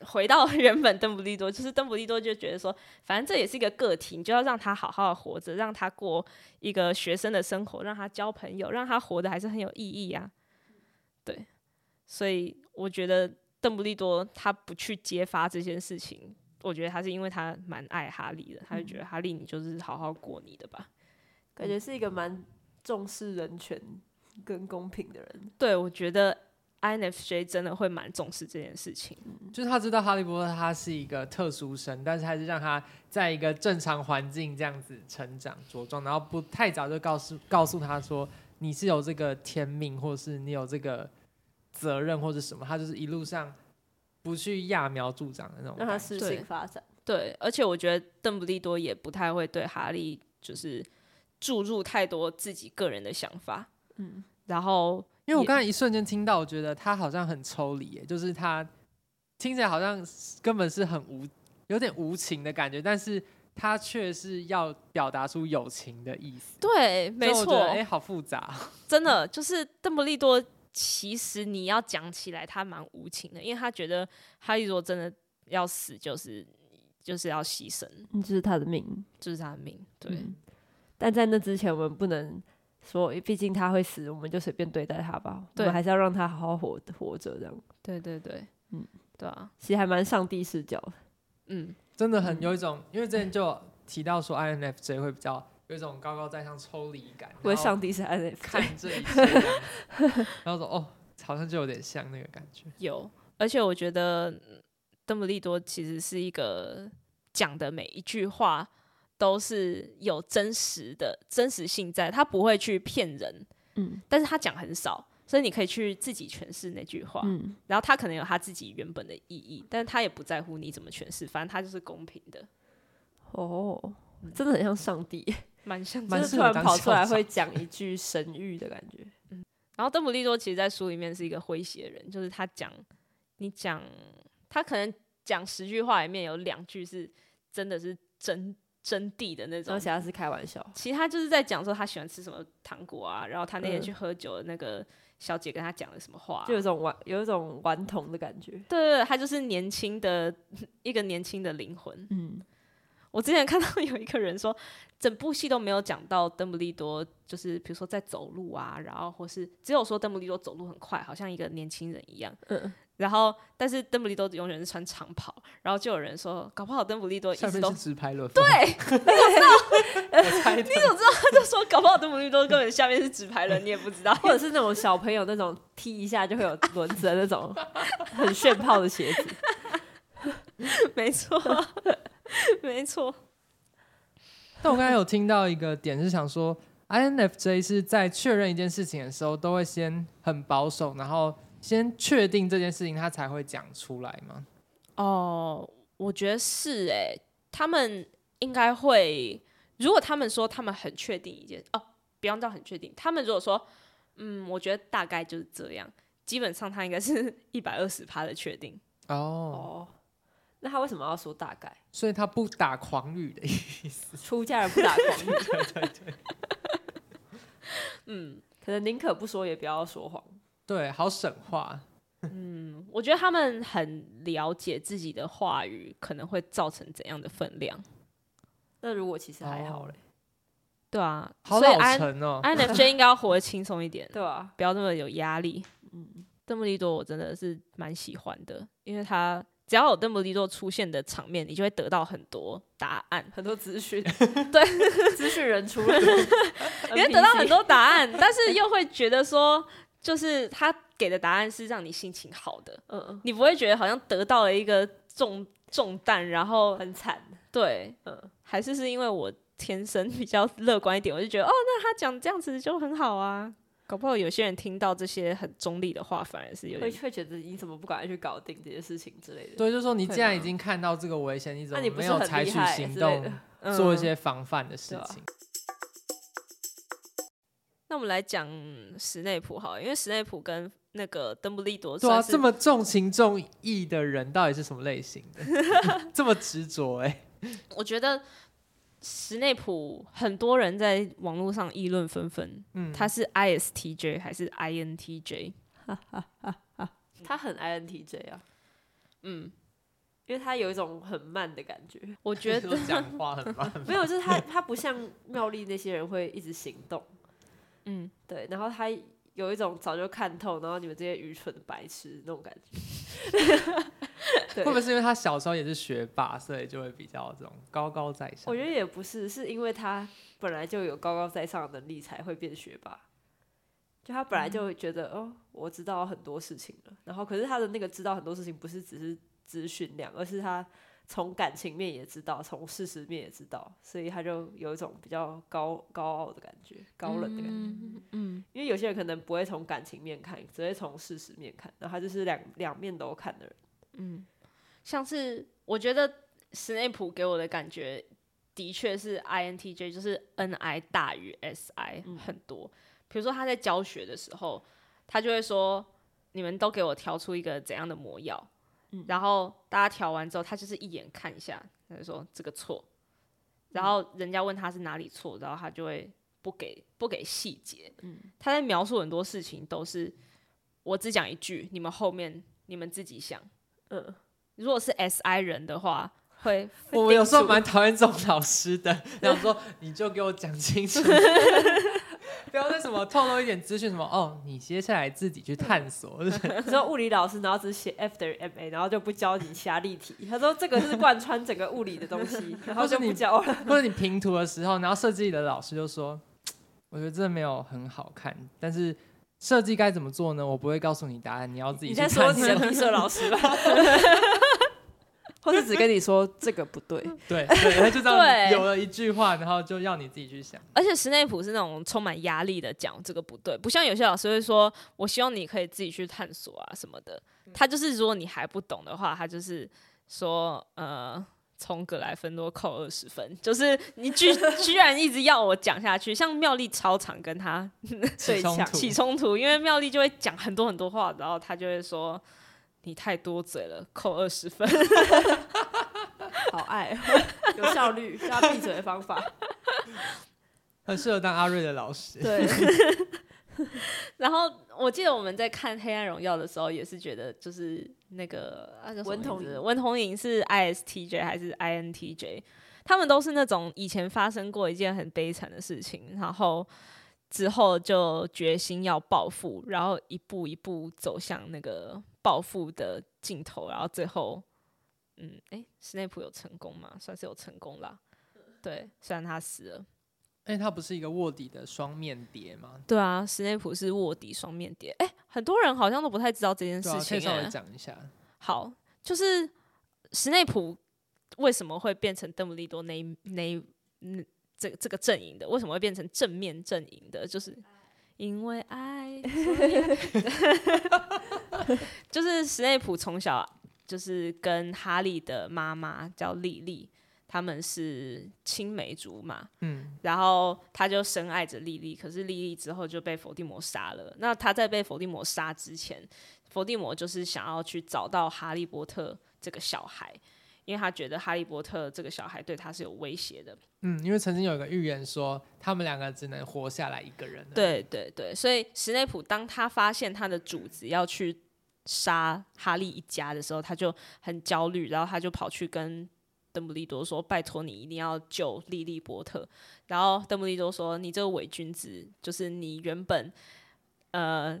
Speaker 3: 回到 原本邓布利多，就是邓布利多就觉得说，反正这也是一个个体，你就要让他好好的活着，让他过一个学生的生活，让他交朋友，让他活得还是很有意义啊。对，所以我觉得邓布利多他不去揭发这件事情，我觉得他是因为他蛮爱哈利的，他就觉得哈利你就是好好过你的吧。
Speaker 2: 感觉是一个蛮重视人权跟公平的人。
Speaker 3: 对，我觉得 INFJ 真的会蛮重视这件事情。
Speaker 1: 就是他知道哈利波特他是一个特殊生，但是还是让他在一个正常环境这样子成长茁壮，然后不太早就告诉告诉他说你是有这个天命，或是你有这个责任或者什么，他就是一路上不去揠苗助长的那种
Speaker 2: 让他
Speaker 1: 感觉。
Speaker 2: 适
Speaker 3: 对
Speaker 2: 性发展。
Speaker 3: 对，而且我觉得邓布利多也不太会对哈利就是注入太多自己个人的想法。
Speaker 2: 嗯，
Speaker 3: 然后，
Speaker 1: 因为我刚才一瞬间听到，我觉得他好像很抽离耶，就是他听起来好像是根本是很无有点无情的感觉，但是他却是要表达出友情的意思。
Speaker 3: 对，没
Speaker 1: 所以我觉
Speaker 3: 错
Speaker 1: 得，哎、好复杂哦。
Speaker 3: 真的就是邓布利多。其实你要讲起来，他蛮无情的，因为他觉得哈利如果真的要死，就是就是要牺牲，
Speaker 2: 这是他的命。
Speaker 3: 就是他的命。对，
Speaker 2: 嗯但在那之前，我们不能说，毕竟他会死，我们就随便对待他吧。我
Speaker 3: 对
Speaker 2: 们还是要让他好好活活着，这样
Speaker 3: 对对对，
Speaker 2: 嗯
Speaker 3: 嗯，对啊，
Speaker 2: 其实还蛮上帝视角的。
Speaker 3: 嗯，
Speaker 1: 真的很有一种，因为之前就有提到说 INFJ 会比较有一种高高在上抽离感，
Speaker 2: 因为
Speaker 1: 然后
Speaker 2: 上帝是 INF，
Speaker 1: 看这一切这样子，然后说哦，好像就有点像那个感觉。
Speaker 3: 有，而且我觉得嗯邓布利多其实是一个讲的每一句话都是有真实的真实性在，他不会去骗人，
Speaker 2: 嗯
Speaker 3: 但是他讲很少，所以你可以去自己诠释那句话。
Speaker 2: 嗯，
Speaker 3: 然后他可能有他自己原本的意义，但是他也不在乎你怎么诠释，反正他就是公平的，
Speaker 2: 哦，真的很像上帝，
Speaker 3: 蛮像
Speaker 1: 嗯蛮
Speaker 2: 就
Speaker 1: 适
Speaker 2: 是
Speaker 1: 合
Speaker 2: 突然
Speaker 1: 当
Speaker 2: 跑出
Speaker 1: 校
Speaker 2: 来
Speaker 1: 长
Speaker 2: 会讲一句神谕的感 觉。
Speaker 3: 然后邓布利多其实，在书里面是一个诙谐的人，就是他讲，你讲，他可能讲十句话里面有两句是真的是真真谛的那
Speaker 2: 然后
Speaker 3: 种
Speaker 2: 其，他是开玩笑，
Speaker 3: 其他就是在讲说他喜欢吃什么糖果啊，然后他那天
Speaker 2: 嗯
Speaker 3: 去喝酒的那个小姐跟他讲了什么话啊、
Speaker 2: 就有一种顽有一种顽童的感觉。
Speaker 3: 对对对，他就是年轻的 一个年轻的灵魂。
Speaker 2: 嗯，
Speaker 3: 我之前看到 有一个人说，整部戏都没有讲到邓布利多，就是比如说在走路啊，然后或是只有说邓布利多走路很快，好像一个年轻人一样。
Speaker 2: 嗯
Speaker 3: 然后，但是邓布利多永远是穿长袍，然后就有人说，搞不好邓布利多一
Speaker 1: 下
Speaker 3: 直
Speaker 1: 面
Speaker 3: 都
Speaker 1: 是直排轮， 对，我猜的。
Speaker 3: 就说，搞不好邓布利多根本下面是纸牌人，你也不 知道，
Speaker 2: 或者是那种小朋友那种踢一下就会有轮子的 那种很炫炮的鞋子。
Speaker 3: 没错，没错，
Speaker 1: 但我刚才有听到一个点是想说，INFJ 是在确认一件事情的时候，都会先很保守，然后先确定这件事情，他才会讲出来嘛。
Speaker 3: 哦，我觉得是哎、他们应该会，如果他们说他们很确定一件哦，不用到很确定，他们如果说，嗯，我觉得大概就是这样，基本上他应该是 一百二十趴的确定，
Speaker 1: 哦，
Speaker 2: 哦，那他为什么要说大概？
Speaker 1: 所以他不打诳语的意思。
Speaker 2: 出家人不打诳语，
Speaker 3: 嗯
Speaker 2: 可能宁可不说也不要说谎。
Speaker 1: 对，好省话。
Speaker 3: 嗯，我觉得他们很了解自己的话语可能会造成怎样的分量，
Speaker 2: 那如果其实还好嘞，
Speaker 3: 对啊，
Speaker 1: 好
Speaker 3: 所以
Speaker 1: 老
Speaker 3: I
Speaker 1: 成哦。
Speaker 3: INFJ 应该要活得轻松一点，
Speaker 2: 对吧？
Speaker 3: 不要那么有压力。
Speaker 2: 嗯，
Speaker 3: 邓布利多我真的是蛮喜欢的，因为他只要有邓布利多出现的场面，你就会得到很多答案，
Speaker 2: 很多资讯，
Speaker 3: 对，
Speaker 2: 资讯人出 了，呃
Speaker 3: 你会得到很多答 案，但是又会觉得说，就是他给的答案是让你心情好的，
Speaker 2: 嗯，嗯
Speaker 3: 你不会觉得好像得到了一个重重担，然后
Speaker 2: 很惨，
Speaker 3: 对，
Speaker 2: 嗯，
Speaker 3: 还是是因为我天生比较 乐观一点，我就觉得哦，那他讲这样子就很好啊。搞不好有些人听到这些很中立的话，反而是有
Speaker 2: 会
Speaker 3: 点
Speaker 2: 会觉得你怎么不赶快去搞定这些事情之类的。
Speaker 1: 对，就是说你既
Speaker 2: 会
Speaker 1: 然已
Speaker 2: 吗
Speaker 1: 经看到这个危险，你怎
Speaker 2: 那
Speaker 1: 么
Speaker 2: 你不
Speaker 1: 没
Speaker 2: 是
Speaker 1: 有
Speaker 2: 很
Speaker 1: 采
Speaker 2: 厉
Speaker 1: 取
Speaker 2: 害
Speaker 1: 行
Speaker 2: 之类的
Speaker 1: 动
Speaker 3: 嗯
Speaker 1: 做一些防范的事
Speaker 2: 对啊
Speaker 1: 情？
Speaker 3: 那我们来讲史内普好了因为史内普跟那个邓布利多
Speaker 1: 对啊，
Speaker 3: 算是
Speaker 1: 这么重情重义的人到底是什么类型的？ 这么执着哎，
Speaker 3: 我觉得史内普很多人在网络上议论纷纷，
Speaker 1: 嗯，
Speaker 3: 他是 ISTJ 还是 INTJ？
Speaker 2: 他很 INTJ 啊，
Speaker 3: 嗯，
Speaker 2: 因为他有一种很慢的感觉，
Speaker 3: 我觉
Speaker 1: 你
Speaker 3: 得
Speaker 1: 说 讲话很慢，
Speaker 2: 没有，就是他他不像妙丽那些人会一直行动，
Speaker 3: 嗯，
Speaker 2: 对，然后他有一种早就看透，然后你们这些愚蠢的白痴那种感觉。
Speaker 1: 会
Speaker 2: 对
Speaker 1: 不会是因为他小时候也是学霸，所以就会比较这种高高在上？
Speaker 2: 我觉得也不是，是因为他本来就有高高在上的能力，才会变学霸。就他本来就觉得、哦，我知道很多事情了，然后可是他的那个知道很多事情，不是只是资讯量，而是他从感情面也知道，从事实面也知道，所以他就有一种比较高高傲的感觉，高冷的感觉。
Speaker 3: 嗯嗯
Speaker 2: 因为有些人可能不会从感情面看，只会从事实面看，然后他就是两两面都看的人。
Speaker 3: 嗯，像是我觉得史内普给我的感觉的确是 INTJ，就是 NI 大于 SI
Speaker 2: 嗯
Speaker 3: 很多。比如说他在教学的时候，他就会说：“你们都给我调出一个怎样的魔药。
Speaker 2: 嗯
Speaker 3: 然后大家调完之后，他就是一眼看一下，他就说这个错。
Speaker 2: 嗯
Speaker 3: 然后人家问他是哪里错，然后他就会不给不给细节。
Speaker 2: 嗯
Speaker 3: 他在描述很多事情都是我只讲一句，你们后面你们自己想。
Speaker 2: 嗯，
Speaker 3: 如果是 SI 人的话， 会
Speaker 1: 我有时候蛮讨厌这种老师的，然后说你就给我讲清楚， 不要再什么透露一点资讯，什么哦，你接下来自己去探索。
Speaker 2: 你说物理老师，然后只写 F 等于 ma，然后就不教你其他例题。他说这个是贯穿整个物理的东 西，然后就不教了。
Speaker 1: 或者你平图的时候，然后设计的老师就说：“我觉得这没有很好看，但是设计该怎么做呢？我不会告诉你答案，你要自己
Speaker 2: 你
Speaker 1: 去
Speaker 2: 在
Speaker 1: 探
Speaker 2: 说
Speaker 1: 索。
Speaker 2: 你的皮社老师吧？ 或者只跟你说这个不对，
Speaker 1: 对对，他就这样
Speaker 3: 对
Speaker 1: 有了一句话，然后就要你自己去想。
Speaker 3: 而且史内普是那种充满压力的讲这个不对，不像有些老师会说，我希望你可以自己去探索啊什么的。
Speaker 2: 嗯
Speaker 3: 他就是如果你还不懂的话，他就是说呃，从格莱芬多扣二十分， 就是你居居然一直要我讲下去。像妙丽超常跟他
Speaker 1: 起冲
Speaker 2: 想
Speaker 1: 突，
Speaker 3: 起冲突，因为妙丽就会讲很多很多话，然后他就会说你太多嘴了，扣二十分。
Speaker 2: 好爱， 有效率，叫他闭嘴的方法。
Speaker 1: 很适合当阿瑞的老师。
Speaker 2: 对，
Speaker 3: 然后我记得我们在看《黑暗荣耀》的时候，也是觉得就是那个、啊、叫什么
Speaker 2: 文
Speaker 3: 名
Speaker 2: 同
Speaker 3: 字
Speaker 2: 颖
Speaker 3: 文同颖是 ISTJ 还是 INTJ？他们都是那种以前发生过一件很悲惨的事情，然后之后就决心要报复，然后一步一步走向那个报复的尽头，然后最后，嗯，诶，斯内普有成功吗？算是有成功啦。对，虽然他死了。
Speaker 1: 因为他不是一个卧底的双面谍吗？
Speaker 3: 对啊，史内普是卧底双面谍。哎、很多人好像都不太知道这
Speaker 1: 对
Speaker 3: 件事
Speaker 1: 啊，可
Speaker 3: 情
Speaker 1: 以、稍
Speaker 3: 哎
Speaker 1: 微讲一下。
Speaker 3: 好，就是史内普为什么会变成邓布利多那一那一嗯这这个阵营的？为什么会变成正面阵营的？就是因为爱，所以爱 就是史内普从小就是跟哈利的妈妈叫莉莉，他们是青梅竹马。
Speaker 1: 嗯，
Speaker 3: 然后他就深爱着莉莉，可是莉莉之后就被伏地魔杀了。那他在被伏地魔杀之前，伏地魔就是想要去找到哈利波特这个小孩，因为他觉得哈利波特这个小孩对他是有威胁的。
Speaker 1: 嗯，因为曾经有一个预言说，他们两个只能活下来一个人。，
Speaker 3: 对对对，所以史内普当他发现他的主子要去杀哈利一家的时候，他就很焦虑，然后他就跑去跟邓布利多说：“拜托你一定要救莉莉波特。”然后邓布利多说：“你这个伪君子，就是你原本呃。”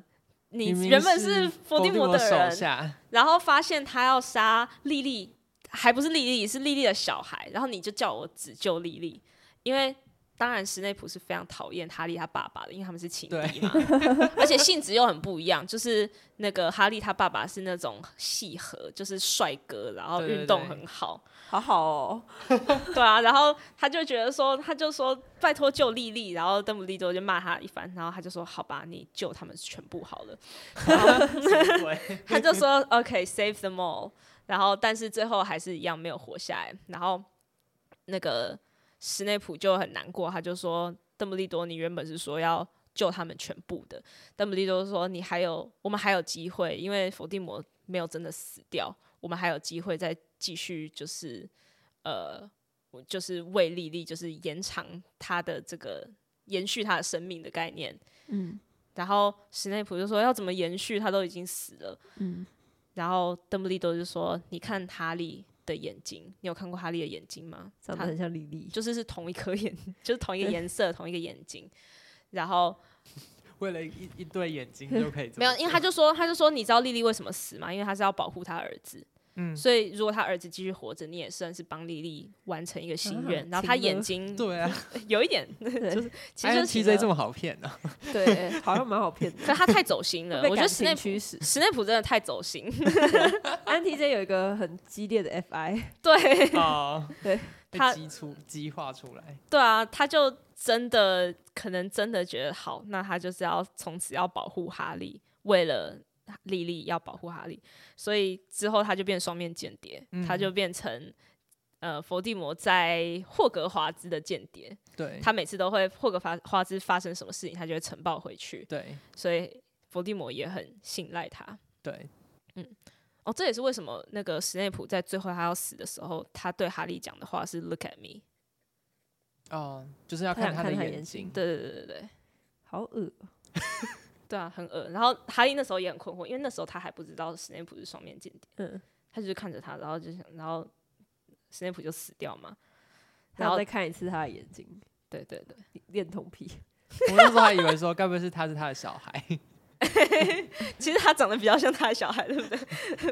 Speaker 3: 你
Speaker 1: 明明
Speaker 3: 原本
Speaker 1: 是
Speaker 3: 是伏地魔的
Speaker 1: 手
Speaker 3: 人，
Speaker 1: 下，
Speaker 3: 然后发现他要杀莉莉，还不是莉莉，是莉莉的小孩。然后你就叫我只救莉莉，因为当然史内普是非常讨厌哈利他爸爸的，因为他们是情敌嘛， 而且性质又很不一样。就是那个哈利他爸爸是那种戏核，就是帅哥，然后
Speaker 1: 对对
Speaker 3: 运动
Speaker 1: 对
Speaker 3: 很好，
Speaker 2: 好好哦，
Speaker 3: 对啊，然后他就觉得说，他就说拜托救莉莉，然后邓布利多就骂他一番，然后他就说好吧，你救他们全部好了，
Speaker 1: 什么鬼
Speaker 3: 他就说 OK save them all，然后但是最后还是一样没有活下来，然后那个史内普就很难过，他就说邓布利多，你原本是说要。救他们全部的。邓布利多说：“你还有，我们还有机会，因为伏地魔没有真的死掉，我们还有机会再继续，就是呃，我就是为莉莉，就是延长她的这个延续她的生命的概念。”
Speaker 4: 嗯
Speaker 3: 然后史内普就说：“要怎么延续？他都已经死了。”
Speaker 4: 嗯，
Speaker 3: 然后邓布利多就说：“你看哈利的眼睛，你有看过哈利的眼睛吗？
Speaker 2: 长得
Speaker 3: 他
Speaker 2: 很像莉莉，
Speaker 3: 就是是同一颗眼， 就是同一个颜色，同一个眼睛。然后
Speaker 1: 为了一一对眼睛就可以这么
Speaker 3: 没有，因为他就说，他就说，你知道莉莉为什么死吗？因为他是要保护他儿子，
Speaker 1: 嗯，
Speaker 3: 所以如果他儿子继续活着，你也算是帮莉莉完成一个心愿。
Speaker 1: 啊
Speaker 3: 然后他
Speaker 1: 情勒
Speaker 3: 眼睛
Speaker 1: 对啊，
Speaker 3: 有 一点，
Speaker 2: 对
Speaker 3: 就是
Speaker 1: 其
Speaker 3: 其实
Speaker 1: 实
Speaker 3: 就是
Speaker 1: T
Speaker 3: 情
Speaker 1: J
Speaker 3: 勒
Speaker 1: 这么好骗呢、
Speaker 2: 对，好像蛮好骗 的。
Speaker 3: 可他太走心了，
Speaker 2: 被
Speaker 3: 我觉
Speaker 2: 感
Speaker 3: 得史内
Speaker 2: 情驱
Speaker 3: 普
Speaker 2: 使，
Speaker 3: 史内普真的太走心。
Speaker 2: 安 T J 有一个很激烈的 FI，
Speaker 3: 对
Speaker 1: 哦，
Speaker 2: 对，
Speaker 1: 被
Speaker 3: 他
Speaker 1: 激出激化出来，
Speaker 3: 对啊，他就真的可能真的觉得好，那他就是要从此要保护哈利，为了莉莉要保护哈利，所以之后他就变双面间谍，
Speaker 1: 嗯
Speaker 3: 他就变成呃伏地魔在霍格华兹的间谍，
Speaker 1: 对
Speaker 3: 他每次都会霍格华华兹发生什么事情，他就会呈报回去，
Speaker 1: 对
Speaker 3: 所以伏地魔也很信赖他。
Speaker 1: 对，
Speaker 3: 哦，这也是为什么那个史内普在最后他要死的时候，他对哈利讲的话是 “Look at me”。
Speaker 1: 哦，就是要
Speaker 2: 他想
Speaker 1: 看他的
Speaker 2: 看他
Speaker 1: 眼
Speaker 2: 眼睛
Speaker 3: 对对对对对。
Speaker 2: 好恶，
Speaker 3: 对啊，很恶。然后哈利那时候也很困惑，因为那时候他还不知道史内普是双面间谍，
Speaker 2: 嗯，
Speaker 3: 他就是看着他，然后就想，然后史内普就死掉嘛。
Speaker 2: 然
Speaker 3: 然
Speaker 2: 后
Speaker 3: 后
Speaker 2: 再看一次他的眼睛，
Speaker 3: 对对 对，
Speaker 2: 恋童癖，
Speaker 1: 我那时候还以为说，该不会是他是他的小孩，
Speaker 3: 其实他长得比较像他的小孩，对不对？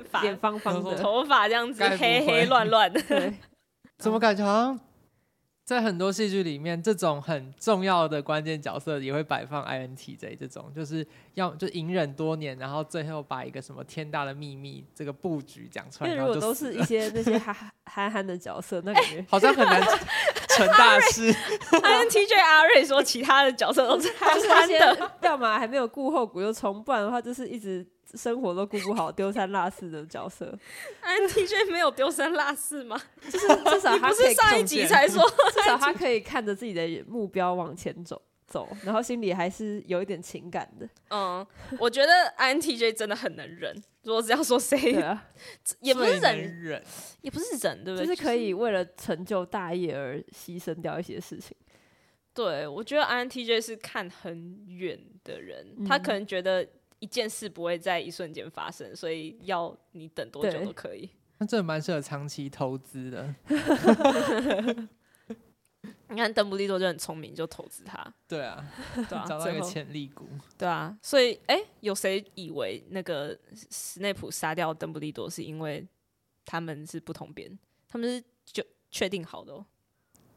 Speaker 3: 发
Speaker 2: 脸方方
Speaker 1: 有时
Speaker 2: 的，
Speaker 3: 头发这样子
Speaker 1: 该不
Speaker 3: 黑黑
Speaker 1: 会
Speaker 3: 乱乱 的，
Speaker 2: 对，
Speaker 1: 怎么感觉好像在很多戏剧里面，这种很重要的关键角色也会摆放 INTJ 这种，就是要就隐忍多年，然后最后把一个什么天大的秘密这个布局讲出
Speaker 2: 因
Speaker 1: 来，
Speaker 2: 为
Speaker 1: 然
Speaker 2: 如
Speaker 1: 后
Speaker 2: 果
Speaker 1: 就
Speaker 2: 都
Speaker 1: 死
Speaker 2: 是
Speaker 1: 了
Speaker 2: 一些那些憨憨憨的角色，那感觉
Speaker 1: 好像很 难成大事。
Speaker 3: INTJ 阿瑞说其他的角色都是憨
Speaker 2: 就是那
Speaker 3: 憨
Speaker 2: 些
Speaker 3: 的，
Speaker 2: 要么还没有顾后顾又冲，不然的话就是一直生活都顾不好、丢三落四的角色。
Speaker 3: ，INTJ 没有丢三落四吗？
Speaker 2: 就是至少他
Speaker 3: 不
Speaker 2: 可以
Speaker 3: 是上一
Speaker 2: 中
Speaker 3: 集
Speaker 1: 箭
Speaker 3: 才说
Speaker 2: 至少他可以看着自己的目标往前走走，然后心里还是有一点情感的。
Speaker 3: 嗯，我觉得 INTJ 真的很能忍。如果是要说谁
Speaker 2: 对，啊，
Speaker 3: 也不是
Speaker 1: 最能
Speaker 3: 忍，
Speaker 1: 忍，
Speaker 3: 也不是忍，对不
Speaker 2: 就
Speaker 3: 对？
Speaker 2: 是可以为了成就大业而牺牲掉一些事情。
Speaker 3: 对，我觉得 INTJ 是看很远的人，
Speaker 2: 嗯
Speaker 3: 他可能觉得一件事不会在一瞬间发生，所以要你等多久
Speaker 2: 对
Speaker 3: 都可以。
Speaker 1: 那真的蛮适合长期投资的。
Speaker 3: 你看邓布利多就很聪明，就投 资他，
Speaker 1: 对啊，
Speaker 3: 对啊，
Speaker 1: 找到一
Speaker 3: 最
Speaker 1: 个
Speaker 3: 后
Speaker 1: 潜力股。
Speaker 3: 对啊，所以哎、有谁以为那个史内普杀掉邓布利多是因为他们是不同边，他们是就确定好的、哦？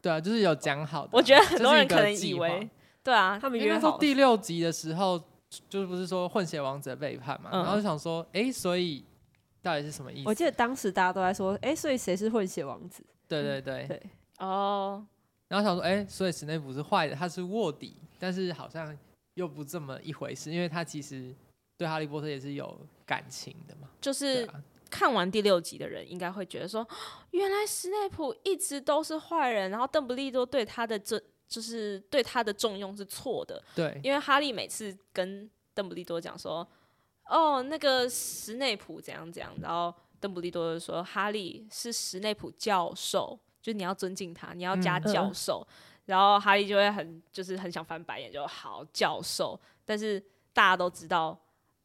Speaker 1: 对啊，就是有讲好的啊。
Speaker 3: 我觉得
Speaker 1: 这
Speaker 3: 很
Speaker 1: 是
Speaker 3: 多人
Speaker 1: 一个
Speaker 3: 可能以
Speaker 1: 计划
Speaker 3: 为，对啊，
Speaker 2: 他们
Speaker 1: 因为
Speaker 2: 约
Speaker 1: 那时候
Speaker 2: 好
Speaker 1: 第六集的时候，就是不是说混血王子背叛嘛，
Speaker 3: 嗯
Speaker 1: 然后就想说，哎、所以到底是什么意思？
Speaker 2: 我记得当时大家都在说，哎、所以谁是混血王子？
Speaker 1: 对对对，
Speaker 2: 对
Speaker 3: 哦，
Speaker 1: 然后想说，哎、所以史内普是坏的，他是卧底，但是好像又不这么一回事，因为他其实对哈利波特也是有感情的嘛。
Speaker 3: 就是
Speaker 1: 对啊，
Speaker 3: 看完第六集的人应该会觉得说， 原来史内普一直都是坏人，然后邓布利多对他的这就是对他的重用是错的，
Speaker 1: 对，
Speaker 3: 因为哈利每次跟邓布利多讲说，哦，那个史内普怎样怎样，然后邓布利多就说，哈利是史内普教授，就你要尊敬他，你要加
Speaker 2: 嗯
Speaker 3: 教授，然后哈利就会很就是很想翻白眼，就好教授，但是大家都知道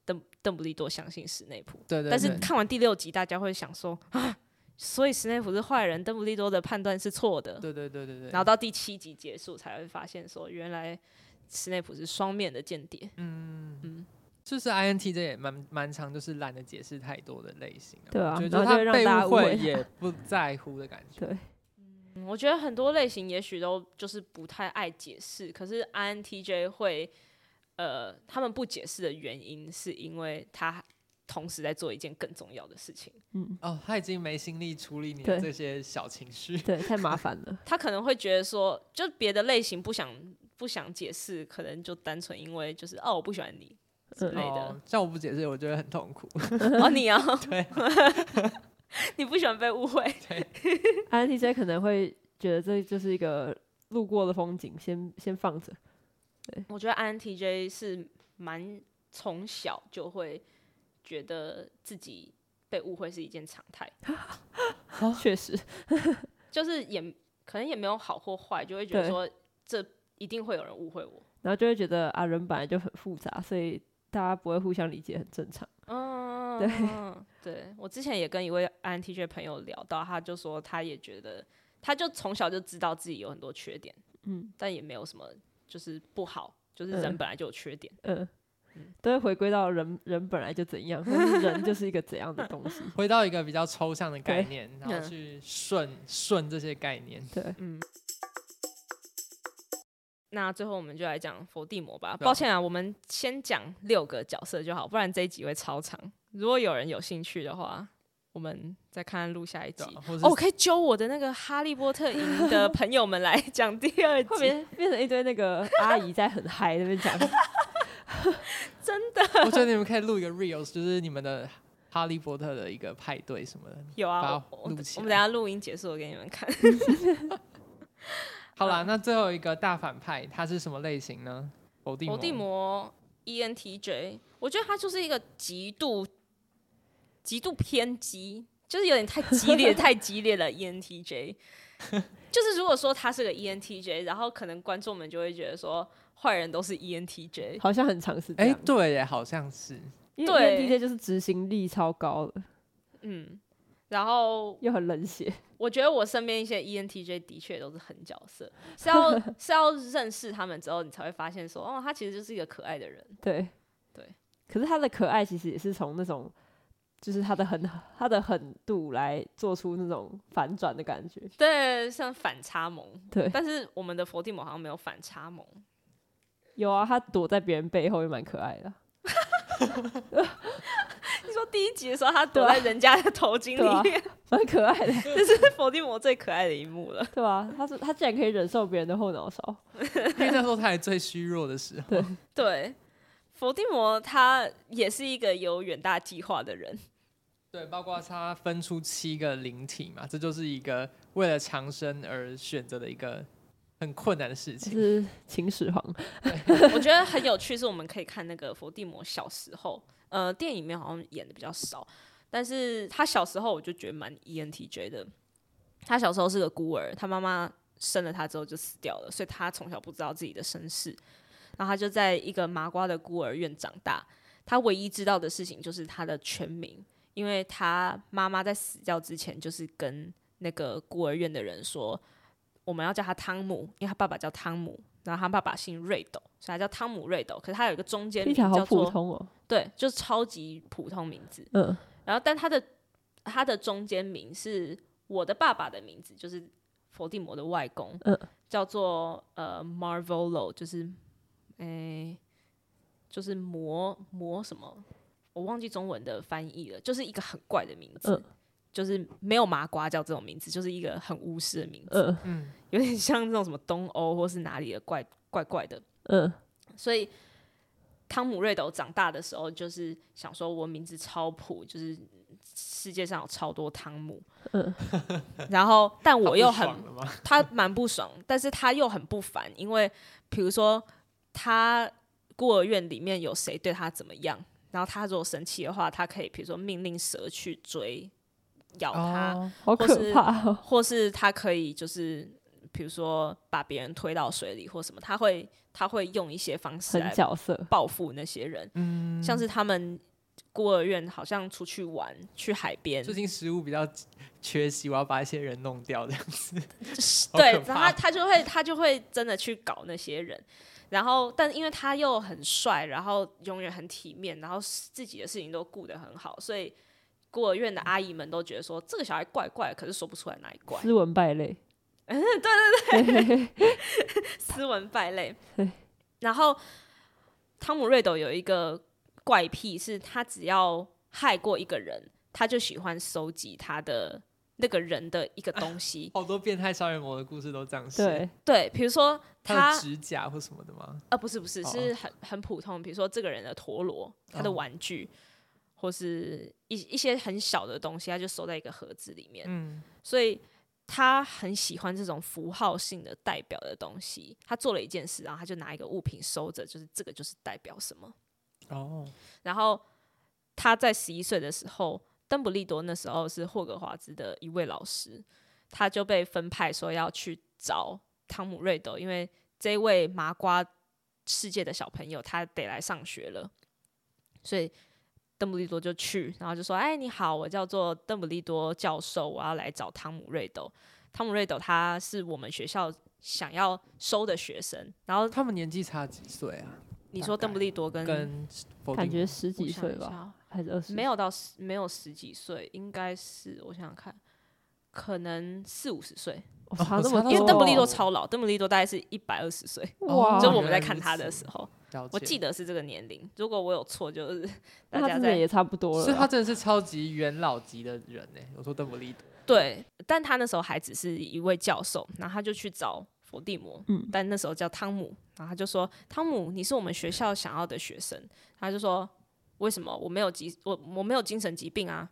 Speaker 3: 邓邓布利多相信史内普。
Speaker 1: 对对对。
Speaker 3: 但是看完第六集，大家会想说啊，所以史内普是坏人，邓布利多的判断是错的。
Speaker 1: 对对对对对，
Speaker 3: 然后到第七集结束才会发现说，原来史内普是双面的间谍。
Speaker 1: 就是 INT 这也蛮蛮长，就是懒得解释太多的类型、啊。
Speaker 2: 对啊
Speaker 1: 我觉得
Speaker 2: 然
Speaker 1: 他
Speaker 2: 后就会让
Speaker 1: 被
Speaker 2: 大家
Speaker 1: 误
Speaker 2: 误
Speaker 1: 会
Speaker 2: 会
Speaker 1: 也不在乎的感觉。
Speaker 2: 对，
Speaker 3: 嗯我觉得很多类型也许都就是不太爱解释，可是 INTJ 会，呃，他们不解释的原因是因为他同时在做一件更重要的事情。
Speaker 2: 嗯，
Speaker 1: 哦，他已经没心力处理你
Speaker 2: 对
Speaker 1: 这些小情 绪。
Speaker 2: 对，太麻烦了。
Speaker 3: 他可能会觉得说，就别的类型不想不想解释，可能就单纯因为就是哦，我不喜 欢你之
Speaker 2: 嗯
Speaker 3: 类的。
Speaker 1: 哦，像我不解释，我觉得很痛苦。
Speaker 3: 哦，你啊，
Speaker 1: 对，
Speaker 3: 你不喜欢被误会，
Speaker 2: INTJ 可能会觉得这就是一个路过的风景，先先放着。
Speaker 3: 我觉得 INTJ 是蛮从小就会觉得自己被误会是一件常态，
Speaker 2: 确实，
Speaker 3: 就是也可能也没有好或坏，就会觉得
Speaker 2: 对
Speaker 3: 说这一定会有人误会我。
Speaker 2: 然后就会觉得啊，人本来就很复杂，所以大家不会互相理解，很正常。
Speaker 3: 嗯，
Speaker 2: 对
Speaker 3: 对，对我之前也跟一位 INTJ 朋友聊到，他就说他也觉得，他就从小就知道自己有很多缺点，
Speaker 2: 嗯
Speaker 3: 但也没有什么就是不好，就是
Speaker 2: 嗯
Speaker 3: 人本来就有缺点。
Speaker 2: 嗯，都会回归到人人本来就怎样，但是人就是一个怎样的东 西。
Speaker 1: 回到一个比较抽象的概 念，然后
Speaker 3: 嗯
Speaker 1: 去顺顺这些概念。
Speaker 2: 对，
Speaker 3: 那最后我们就来讲伏地魔吧。
Speaker 1: 对啊
Speaker 3: 抱歉啊，我们先讲六个角色就好，不然这一集会超长。如果有人有兴趣的话，我们再看看录下一集
Speaker 1: 对啊。 或是
Speaker 3: 哦，我可以揪我的那个《哈利波特》营的朋友们来 讲第二
Speaker 2: 后
Speaker 3: 集，
Speaker 2: 面变成一堆那 个阿姨在很嗨那边讲，
Speaker 3: 真的
Speaker 1: 我觉得你们可以录一个 reels，就是你们的哈利波特的一个派对什么的。
Speaker 3: 有啊。
Speaker 1: 把它
Speaker 3: 我我我
Speaker 1: 录
Speaker 3: 们
Speaker 1: 起来
Speaker 3: 等一下录音结束，我给你们看。
Speaker 1: 好啦，
Speaker 3: 嗯
Speaker 1: 那最后一个大反派他是什么类型呢？伏地魔。
Speaker 3: 伏地魔，E ENTJ，我觉得他就是一个极度极度偏激，就是有点太激烈、太激烈 E 了 ENTJ。就是如果说他是个 E ENTJ，然后可能观众们就会觉得说坏人都是 E ENTJ，
Speaker 2: 好像很常是这
Speaker 1: 哎、
Speaker 2: 样。
Speaker 1: 对耶，好像是。
Speaker 2: 因为
Speaker 3: 对
Speaker 2: ENTJ 就是执行力超高的，
Speaker 3: 嗯，然后
Speaker 2: 又很冷血。
Speaker 3: 我觉得我身边一些 E ENTJ 的确都是狠角色，是要是要认识他们之后，你才会发现说，哦，他其实就是一个可爱的人。
Speaker 2: 对
Speaker 3: 对。
Speaker 2: 可是他的可爱其实也是从那种，就是他的狠，他的狠度来做出那种反转的感觉。
Speaker 3: 对，像反差萌，
Speaker 2: 对，
Speaker 3: 但是我们的伏地魔好像没有反差萌。
Speaker 2: 有啊，他躲在别人背后也蛮可爱的。
Speaker 3: 你说第一集的时候，他躲在人家的头巾里面，
Speaker 2: 蛮可爱的，
Speaker 3: 这是伏地魔最可爱的一幕了。
Speaker 2: 对吧、他是他竟然可以忍受别人的后脑勺，
Speaker 1: 因为那时候他还最虚弱的时候，
Speaker 3: 对，伏地魔他也是一个有远大计划的人。
Speaker 1: 对，包括他分出七个灵体嘛，这就是一个为了长生而选择的一个很困难的事
Speaker 2: 就
Speaker 1: 情。
Speaker 2: 是秦始皇。
Speaker 3: 我觉得很有趣，是我们可以看那个伏地魔小时候，呃，电影里面好像演的比较少，但是他小时候我就觉得蛮 ENTJ 的。他小时候是个孤儿，他妈妈生了他之后就死掉了，所以他从小不知道自己的身世，然后他就在一个麻瓜的孤儿院长大。他唯一知道的事情就是他的全名，因为他妈妈在死掉之前就是跟那个孤儿院的人说，我们要叫他汤姆，因为他爸爸叫汤姆，然后他爸爸姓瑞斗，所以他叫汤姆瑞斗。可是他有一个中间
Speaker 2: 听
Speaker 3: 名
Speaker 2: 起来好
Speaker 3: 叫
Speaker 2: 普
Speaker 3: 做
Speaker 2: 通哦。
Speaker 3: 对，就是超级普通名字。
Speaker 2: 嗯，
Speaker 3: 然后，但他的他的中间名是我的爸爸的名字，就是伏地魔的外公，
Speaker 2: 嗯
Speaker 3: 叫做呃 Marvolo，就是诶、就是魔魔什么，我忘记中文的翻译了，就是一个很怪的名字，
Speaker 2: 嗯
Speaker 3: 就是没有麻瓜叫这种名字，就是一个很巫师的名字，
Speaker 2: 嗯
Speaker 1: 嗯，
Speaker 3: 有点像那种什么东欧或是哪里的怪怪怪的。
Speaker 2: 嗯，
Speaker 3: 所以汤姆瑞斗长大的时候，就是想说我名字超普，就是世界上有超多汤姆。
Speaker 2: 嗯
Speaker 3: 然后，但
Speaker 1: 他
Speaker 3: 我
Speaker 1: 不
Speaker 3: 又很
Speaker 1: 爽了吗？
Speaker 3: 他蛮不爽，但是他又很不烦，因为比如说他孤儿院里面有谁对他怎么样，然后他如果生气的话，他可以比如说命令蛇去追咬他，
Speaker 1: 哦，
Speaker 2: 好
Speaker 3: 或
Speaker 2: 可
Speaker 3: 是
Speaker 2: 怕哦。
Speaker 3: 或是他可以就是比如说把别人推到水里或什么，他会他会用一些方式
Speaker 2: 狠
Speaker 3: 来
Speaker 2: 角色，
Speaker 3: 报复那些人，
Speaker 1: 嗯，
Speaker 3: 像是他们孤儿院好像出去玩，去海边，
Speaker 1: 最近食物比较缺席，我要把一些人弄掉这样子。 好
Speaker 3: 对
Speaker 1: 可，
Speaker 3: 然后
Speaker 1: 怕。
Speaker 3: 他他就会他就会真的去搞那些人，然后但因为他又很帅，然后永远很体面，然后自己的事情都顾得很好，所以孤儿院的阿姨们都觉得说这个小孩怪怪，可是说不出来哪里怪，
Speaker 2: 斯文败 类。
Speaker 3: 斯文败类
Speaker 2: 对。
Speaker 3: 然后汤姆瑞斗有一个怪癖，是他只要害过一个人，他就喜欢收集他的那个人的一个东西
Speaker 1: 好多变态杀人魔的故事都这样写，
Speaker 2: 对，
Speaker 3: 对，比如说
Speaker 1: 他
Speaker 3: 他
Speaker 1: 的指甲或什么的吗？
Speaker 3: 呃，不是不是，
Speaker 1: 哦
Speaker 3: 是很很普通，比如说这个人的陀螺、他的
Speaker 1: 哦
Speaker 3: 玩具，或是一一些很小的东西，他就收在一个盒子里面。
Speaker 1: 嗯，
Speaker 3: 所以他很喜欢这种符号性的代表的东西。他做了一件事，然后他就拿一个物品收着，就是这个就是代表什么。
Speaker 1: 哦，
Speaker 3: 然后他在十一岁的时候，邓布利多那时候是霍格华兹的一位老师，他就被分派说要去找汤姆·瑞斗，因为这位麻瓜世界的小朋友他得来上学了，所以邓布利多就去，然后就说：“哎，你好，我叫做邓布利多教授，我要来找汤姆·瑞斗。汤姆·瑞斗他是我们学校想要收的学生。然后
Speaker 1: 他们年纪差几岁啊？
Speaker 3: 你说邓布利多
Speaker 1: 跟否
Speaker 2: 感
Speaker 1: 定
Speaker 2: 觉十
Speaker 3: 我
Speaker 2: 几
Speaker 3: 想一
Speaker 2: 岁
Speaker 3: 下
Speaker 2: 吧，
Speaker 3: 哦
Speaker 2: 还是二十？
Speaker 3: 没有到十，没有十几岁，应该是我想想看，可能四五十岁，
Speaker 2: 我
Speaker 1: 哦
Speaker 2: 差
Speaker 1: 我
Speaker 2: 那
Speaker 1: 差
Speaker 2: 么
Speaker 1: 那
Speaker 2: 多，
Speaker 1: 么
Speaker 3: 因为
Speaker 1: 多
Speaker 3: 邓布利多超老，邓布利多大概是一百二十岁，
Speaker 1: 哦
Speaker 2: 哇，
Speaker 3: 就
Speaker 1: 原
Speaker 3: 我们在
Speaker 1: 来
Speaker 3: 看
Speaker 1: 如
Speaker 3: 他的
Speaker 1: 此
Speaker 3: 时候，
Speaker 1: 了
Speaker 3: 我
Speaker 1: 解
Speaker 3: 记得是这个年龄。如果我有错，就是
Speaker 2: 那
Speaker 3: 大家
Speaker 2: 他真的
Speaker 3: 在
Speaker 2: 也差不多了啦，
Speaker 1: 所以他真的是超级元老级的人呢、我说邓布利多，
Speaker 3: 对，但他那时候还只是一位教授，然后他就去找伏地魔，
Speaker 2: 嗯
Speaker 3: 但那时候叫汤姆，然后他就说：“汤姆，你是我们学校想要的学生。”他就说：“为什么我没有疾我我没有精神疾病啊？”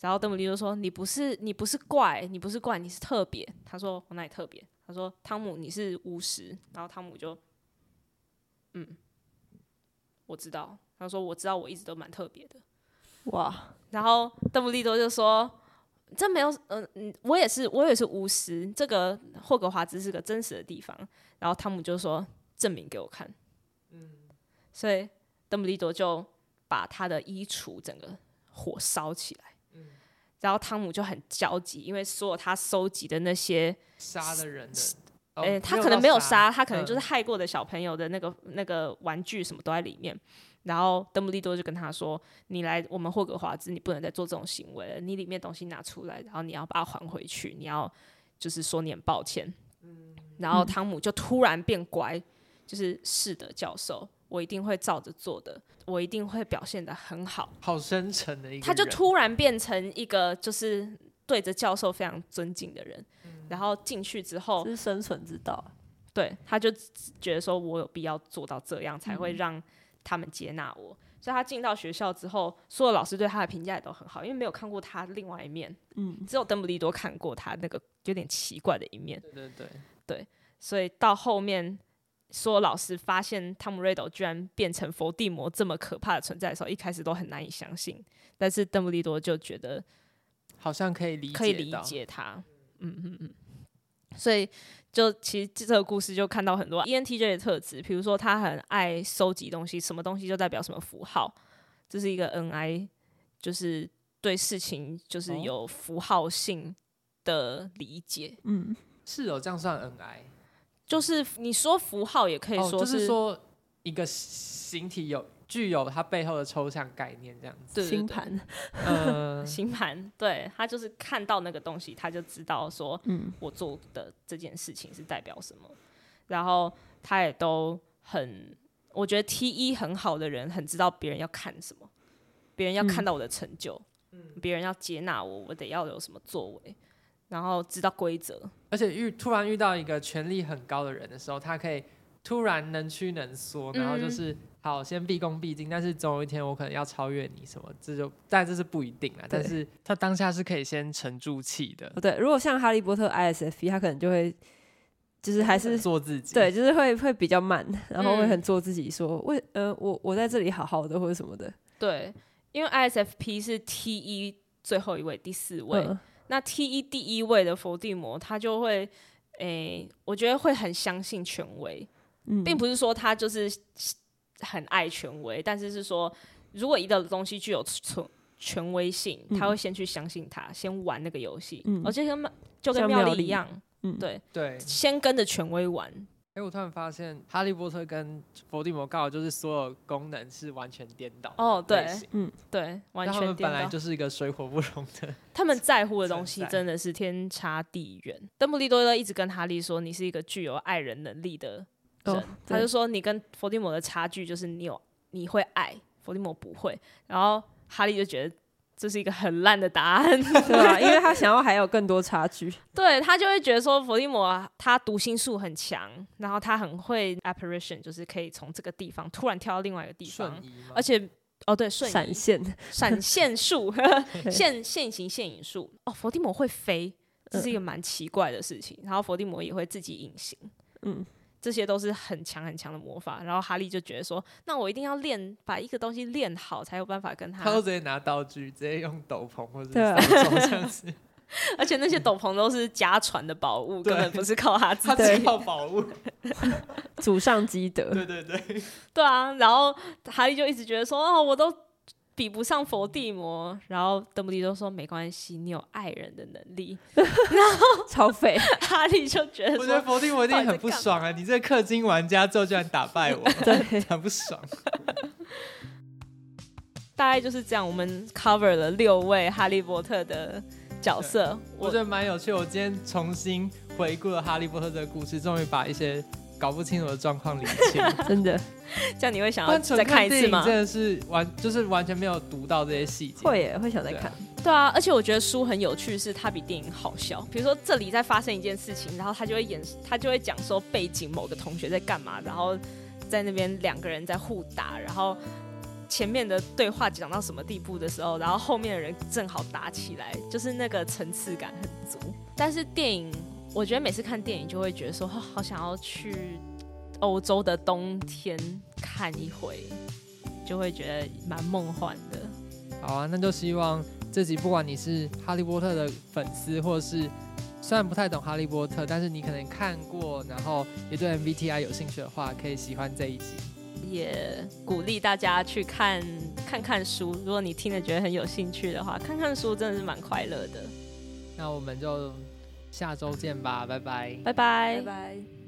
Speaker 3: 然后邓布利多说：“你不是你不是怪，你不是怪，你是特别。”他说：“我哪里特别？”他说：“汤姆，你是巫师。”然后汤姆就，嗯，我知道。他说：“我知道，我一直都蛮特别的。”
Speaker 2: 哇，
Speaker 3: 然后邓布利多就说：“这没有，嗯、嗯，我也是，我也是巫师。这个霍格华兹是个真实的地方。”然后汤姆就说：“证明给我看。”所以邓布利多就把他的衣橱整个火烧起来。然后汤姆就很焦急，因为所有他收集的那些，
Speaker 1: 杀的人的，哦
Speaker 3: 诶、他可能没有杀，他可能就是
Speaker 1: 嗯
Speaker 3: 害过的小朋友的那个、那个玩具什么都在里面。然后邓布利多就跟他说：“你来我们霍格华兹，你不能再做这种行为了。你里面东西拿出来，然后你要把它还回去，你要就是说你很抱歉。”
Speaker 1: 嗯
Speaker 3: 然后汤姆就突然变乖，就是是的，教授，我一定会照着做的，我一定会表现的很好。
Speaker 1: 好深沉的一个人，
Speaker 3: 他就突然变成一个就是对着教授非常尊敬的人。
Speaker 1: 嗯
Speaker 3: 然后进去之后
Speaker 2: 这，是生存之道，啊
Speaker 3: 对，他就觉得说我有必要做到这样，才会让他们接纳我。所以他进到学校之后，所有老师对他的评价也都很好，因为没有看过他另外一面，
Speaker 2: 嗯，
Speaker 3: 只有邓布利多看过他那个有点奇怪的一面。
Speaker 1: 对对对，
Speaker 3: 所以到后面，所有老师发现汤姆·瑞斗居然变成伏地魔这么可怕的存在的时候，一开始都很难以相信，但是邓布利多就觉得
Speaker 1: 好像可以理解，
Speaker 3: 可以理，解他，嗯嗯嗯。所以就其实这个故事就看到很多 E ENTJ 的特质，比如说他很爱收集东西，什么东西就代表什么符号，这是一个 NI，就是对事情就是
Speaker 1: 哦
Speaker 3: 有符号性的理解，
Speaker 2: 嗯，
Speaker 1: 是有这样算恩爱，
Speaker 3: 就是你说符号也可以
Speaker 1: 哦，
Speaker 3: 说
Speaker 1: 就是说一个形体有具有它背后的抽象概念这样子，
Speaker 3: 对对
Speaker 2: 星
Speaker 3: 对
Speaker 2: 盘，
Speaker 1: 嗯，
Speaker 3: 星盘，对他就是看到那个东西，他就知道说
Speaker 2: 嗯，
Speaker 3: 我做的这件事情是代表什么，然后他也都很，我觉得 T 一很好的人很知道别人要看什么，别人要
Speaker 2: 嗯
Speaker 3: 看到我的成就，别人要接纳我，我得要有什么作为，然后知道规则，
Speaker 1: 而且遇突然遇到一个权力很高的人的时候，他可以突然能屈能缩，然后就
Speaker 3: 嗯
Speaker 1: 是、好先毕恭毕敬，但是总有一天我可能要超越你什么，这就但这是不一定啦。啊但是他当下是可以先沉住气的，
Speaker 2: 哦对，如果像哈利波特 ISFP，他可能就会就是还是
Speaker 1: 做自己。
Speaker 2: 对，，就是会会比较慢，然后会
Speaker 3: 嗯
Speaker 2: 很做自己说，为呃我我在这里好好的或者什么的，
Speaker 3: 对，因为 ISFP 是 T 一最后一位，第四位，
Speaker 2: 嗯
Speaker 3: 那 T 一第一位的伏地魔，他就会，诶、我觉得会很相信权威，
Speaker 2: 嗯，
Speaker 3: 并不是说他就是很爱权威，但是是说，如果一个东西具有存权威性，
Speaker 2: 嗯
Speaker 3: 他会先去相信他，先玩那个游戏，
Speaker 2: 嗯
Speaker 3: 而且跟妙就跟
Speaker 2: 像
Speaker 3: 妙
Speaker 2: 妙
Speaker 3: 丽
Speaker 2: 丽
Speaker 3: 一样，
Speaker 2: 嗯
Speaker 3: 对
Speaker 1: 对。
Speaker 3: 先跟着权威玩，
Speaker 1: 哎、我突然发现《哈利波特》跟伏地魔刚好就是所有功能是完全颠倒的
Speaker 3: 哦对
Speaker 1: 类型
Speaker 3: 对，
Speaker 1: 但
Speaker 3: 完
Speaker 1: 他
Speaker 3: 全
Speaker 1: 们
Speaker 3: 颠
Speaker 1: 本来
Speaker 3: 倒。
Speaker 1: 就是一个水火不容的。
Speaker 3: 他们在乎的东西
Speaker 1: 存在
Speaker 3: 真的是天差地远。邓布利多一直跟哈利说：“你是一个具有爱人能力的人。
Speaker 2: 哦
Speaker 3: 他就
Speaker 2: 对
Speaker 3: 说：“你跟伏地魔的差距就是你有你会爱，伏地魔不会。”然后哈利就觉得这是一个很烂的答案，
Speaker 2: 对吧？因为他想要还有更多差距，
Speaker 3: 对他就会觉得说，伏地魔他读心术很强，然后他很会 apparition，就是可以从这个地方突然跳到另外一个地方
Speaker 1: 瞬，移吗
Speaker 3: 而且哦对， 瞬
Speaker 2: 闪
Speaker 3: 移
Speaker 2: 现，
Speaker 3: 闪现术、现现形现影术。哦，伏地魔会飞，这是一个蛮奇怪的事情。然后伏地魔也会自己隐形，
Speaker 4: 嗯，
Speaker 3: 这些都是很强很强的魔法。然后哈利就觉得说，那我一定要练，把一个东西练好，才有办法跟
Speaker 1: 他都
Speaker 3: 他。
Speaker 1: 直接拿道具，直接用斗篷或者
Speaker 4: 对啊
Speaker 1: 是手镯这样子，
Speaker 3: 而且那些斗篷都是家传的宝物，
Speaker 1: 对
Speaker 3: 根本不是靠他自
Speaker 1: 他
Speaker 3: 己。
Speaker 1: 只靠宝物。
Speaker 4: 祖上积德，
Speaker 1: 对对对，
Speaker 3: 对啊，然后哈利就一直觉得说，哦，我都比不上伏地魔。然后邓布利多说，没关系，你有爱人的能力。
Speaker 4: 超废。
Speaker 3: 哈利就觉得
Speaker 1: 我觉得伏
Speaker 3: 说，
Speaker 1: 地魔一定很不爽啊！你这氪金玩家最后居然打败 我，
Speaker 4: 对，
Speaker 1: 很不爽。
Speaker 3: 大概就是这样。我们 cover 了六位哈利波特的角色，
Speaker 1: 我觉得蛮有趣，我今天重新回顾了《哈利波特》这个故事，终于把一些搞不清楚的状况理清。
Speaker 4: 真的
Speaker 3: 这样你会想要
Speaker 1: 单纯
Speaker 3: 再看一
Speaker 1: 电
Speaker 3: 次
Speaker 1: 影
Speaker 3: 吗？
Speaker 1: 真的是完，就是完全没有读到这些细节。
Speaker 4: 会耶，会想再看。
Speaker 3: 对啊，而且我觉得书很有趣，是它比电影好笑。比如说这里在发生一件事情，然后他就会演，他就会讲说哎背景某个同学在干嘛，然后在那边两个人在互打，然后前面的对话讲到什么地步的时候，然后后面的人正好打起来，就是那个层次感很足。但是电影，我觉得每次看电影就会觉得说，哦、好想要去欧洲的冬天看一回，就会觉得蛮梦幻的。
Speaker 1: 好啊，那就希望这集不管你是《哈利波特》的粉丝，或是虽然不太懂《哈利波特》，但是你可能看过，然后也对 MBTI 有兴趣的话，可以喜欢这一集。
Speaker 3: 也鼓励大家去看看看书。如果你听了觉得很有兴趣的话，看看书真的是蛮快乐的。
Speaker 1: 那我们就下周见吧，拜拜。
Speaker 3: 拜拜
Speaker 2: 拜。拜。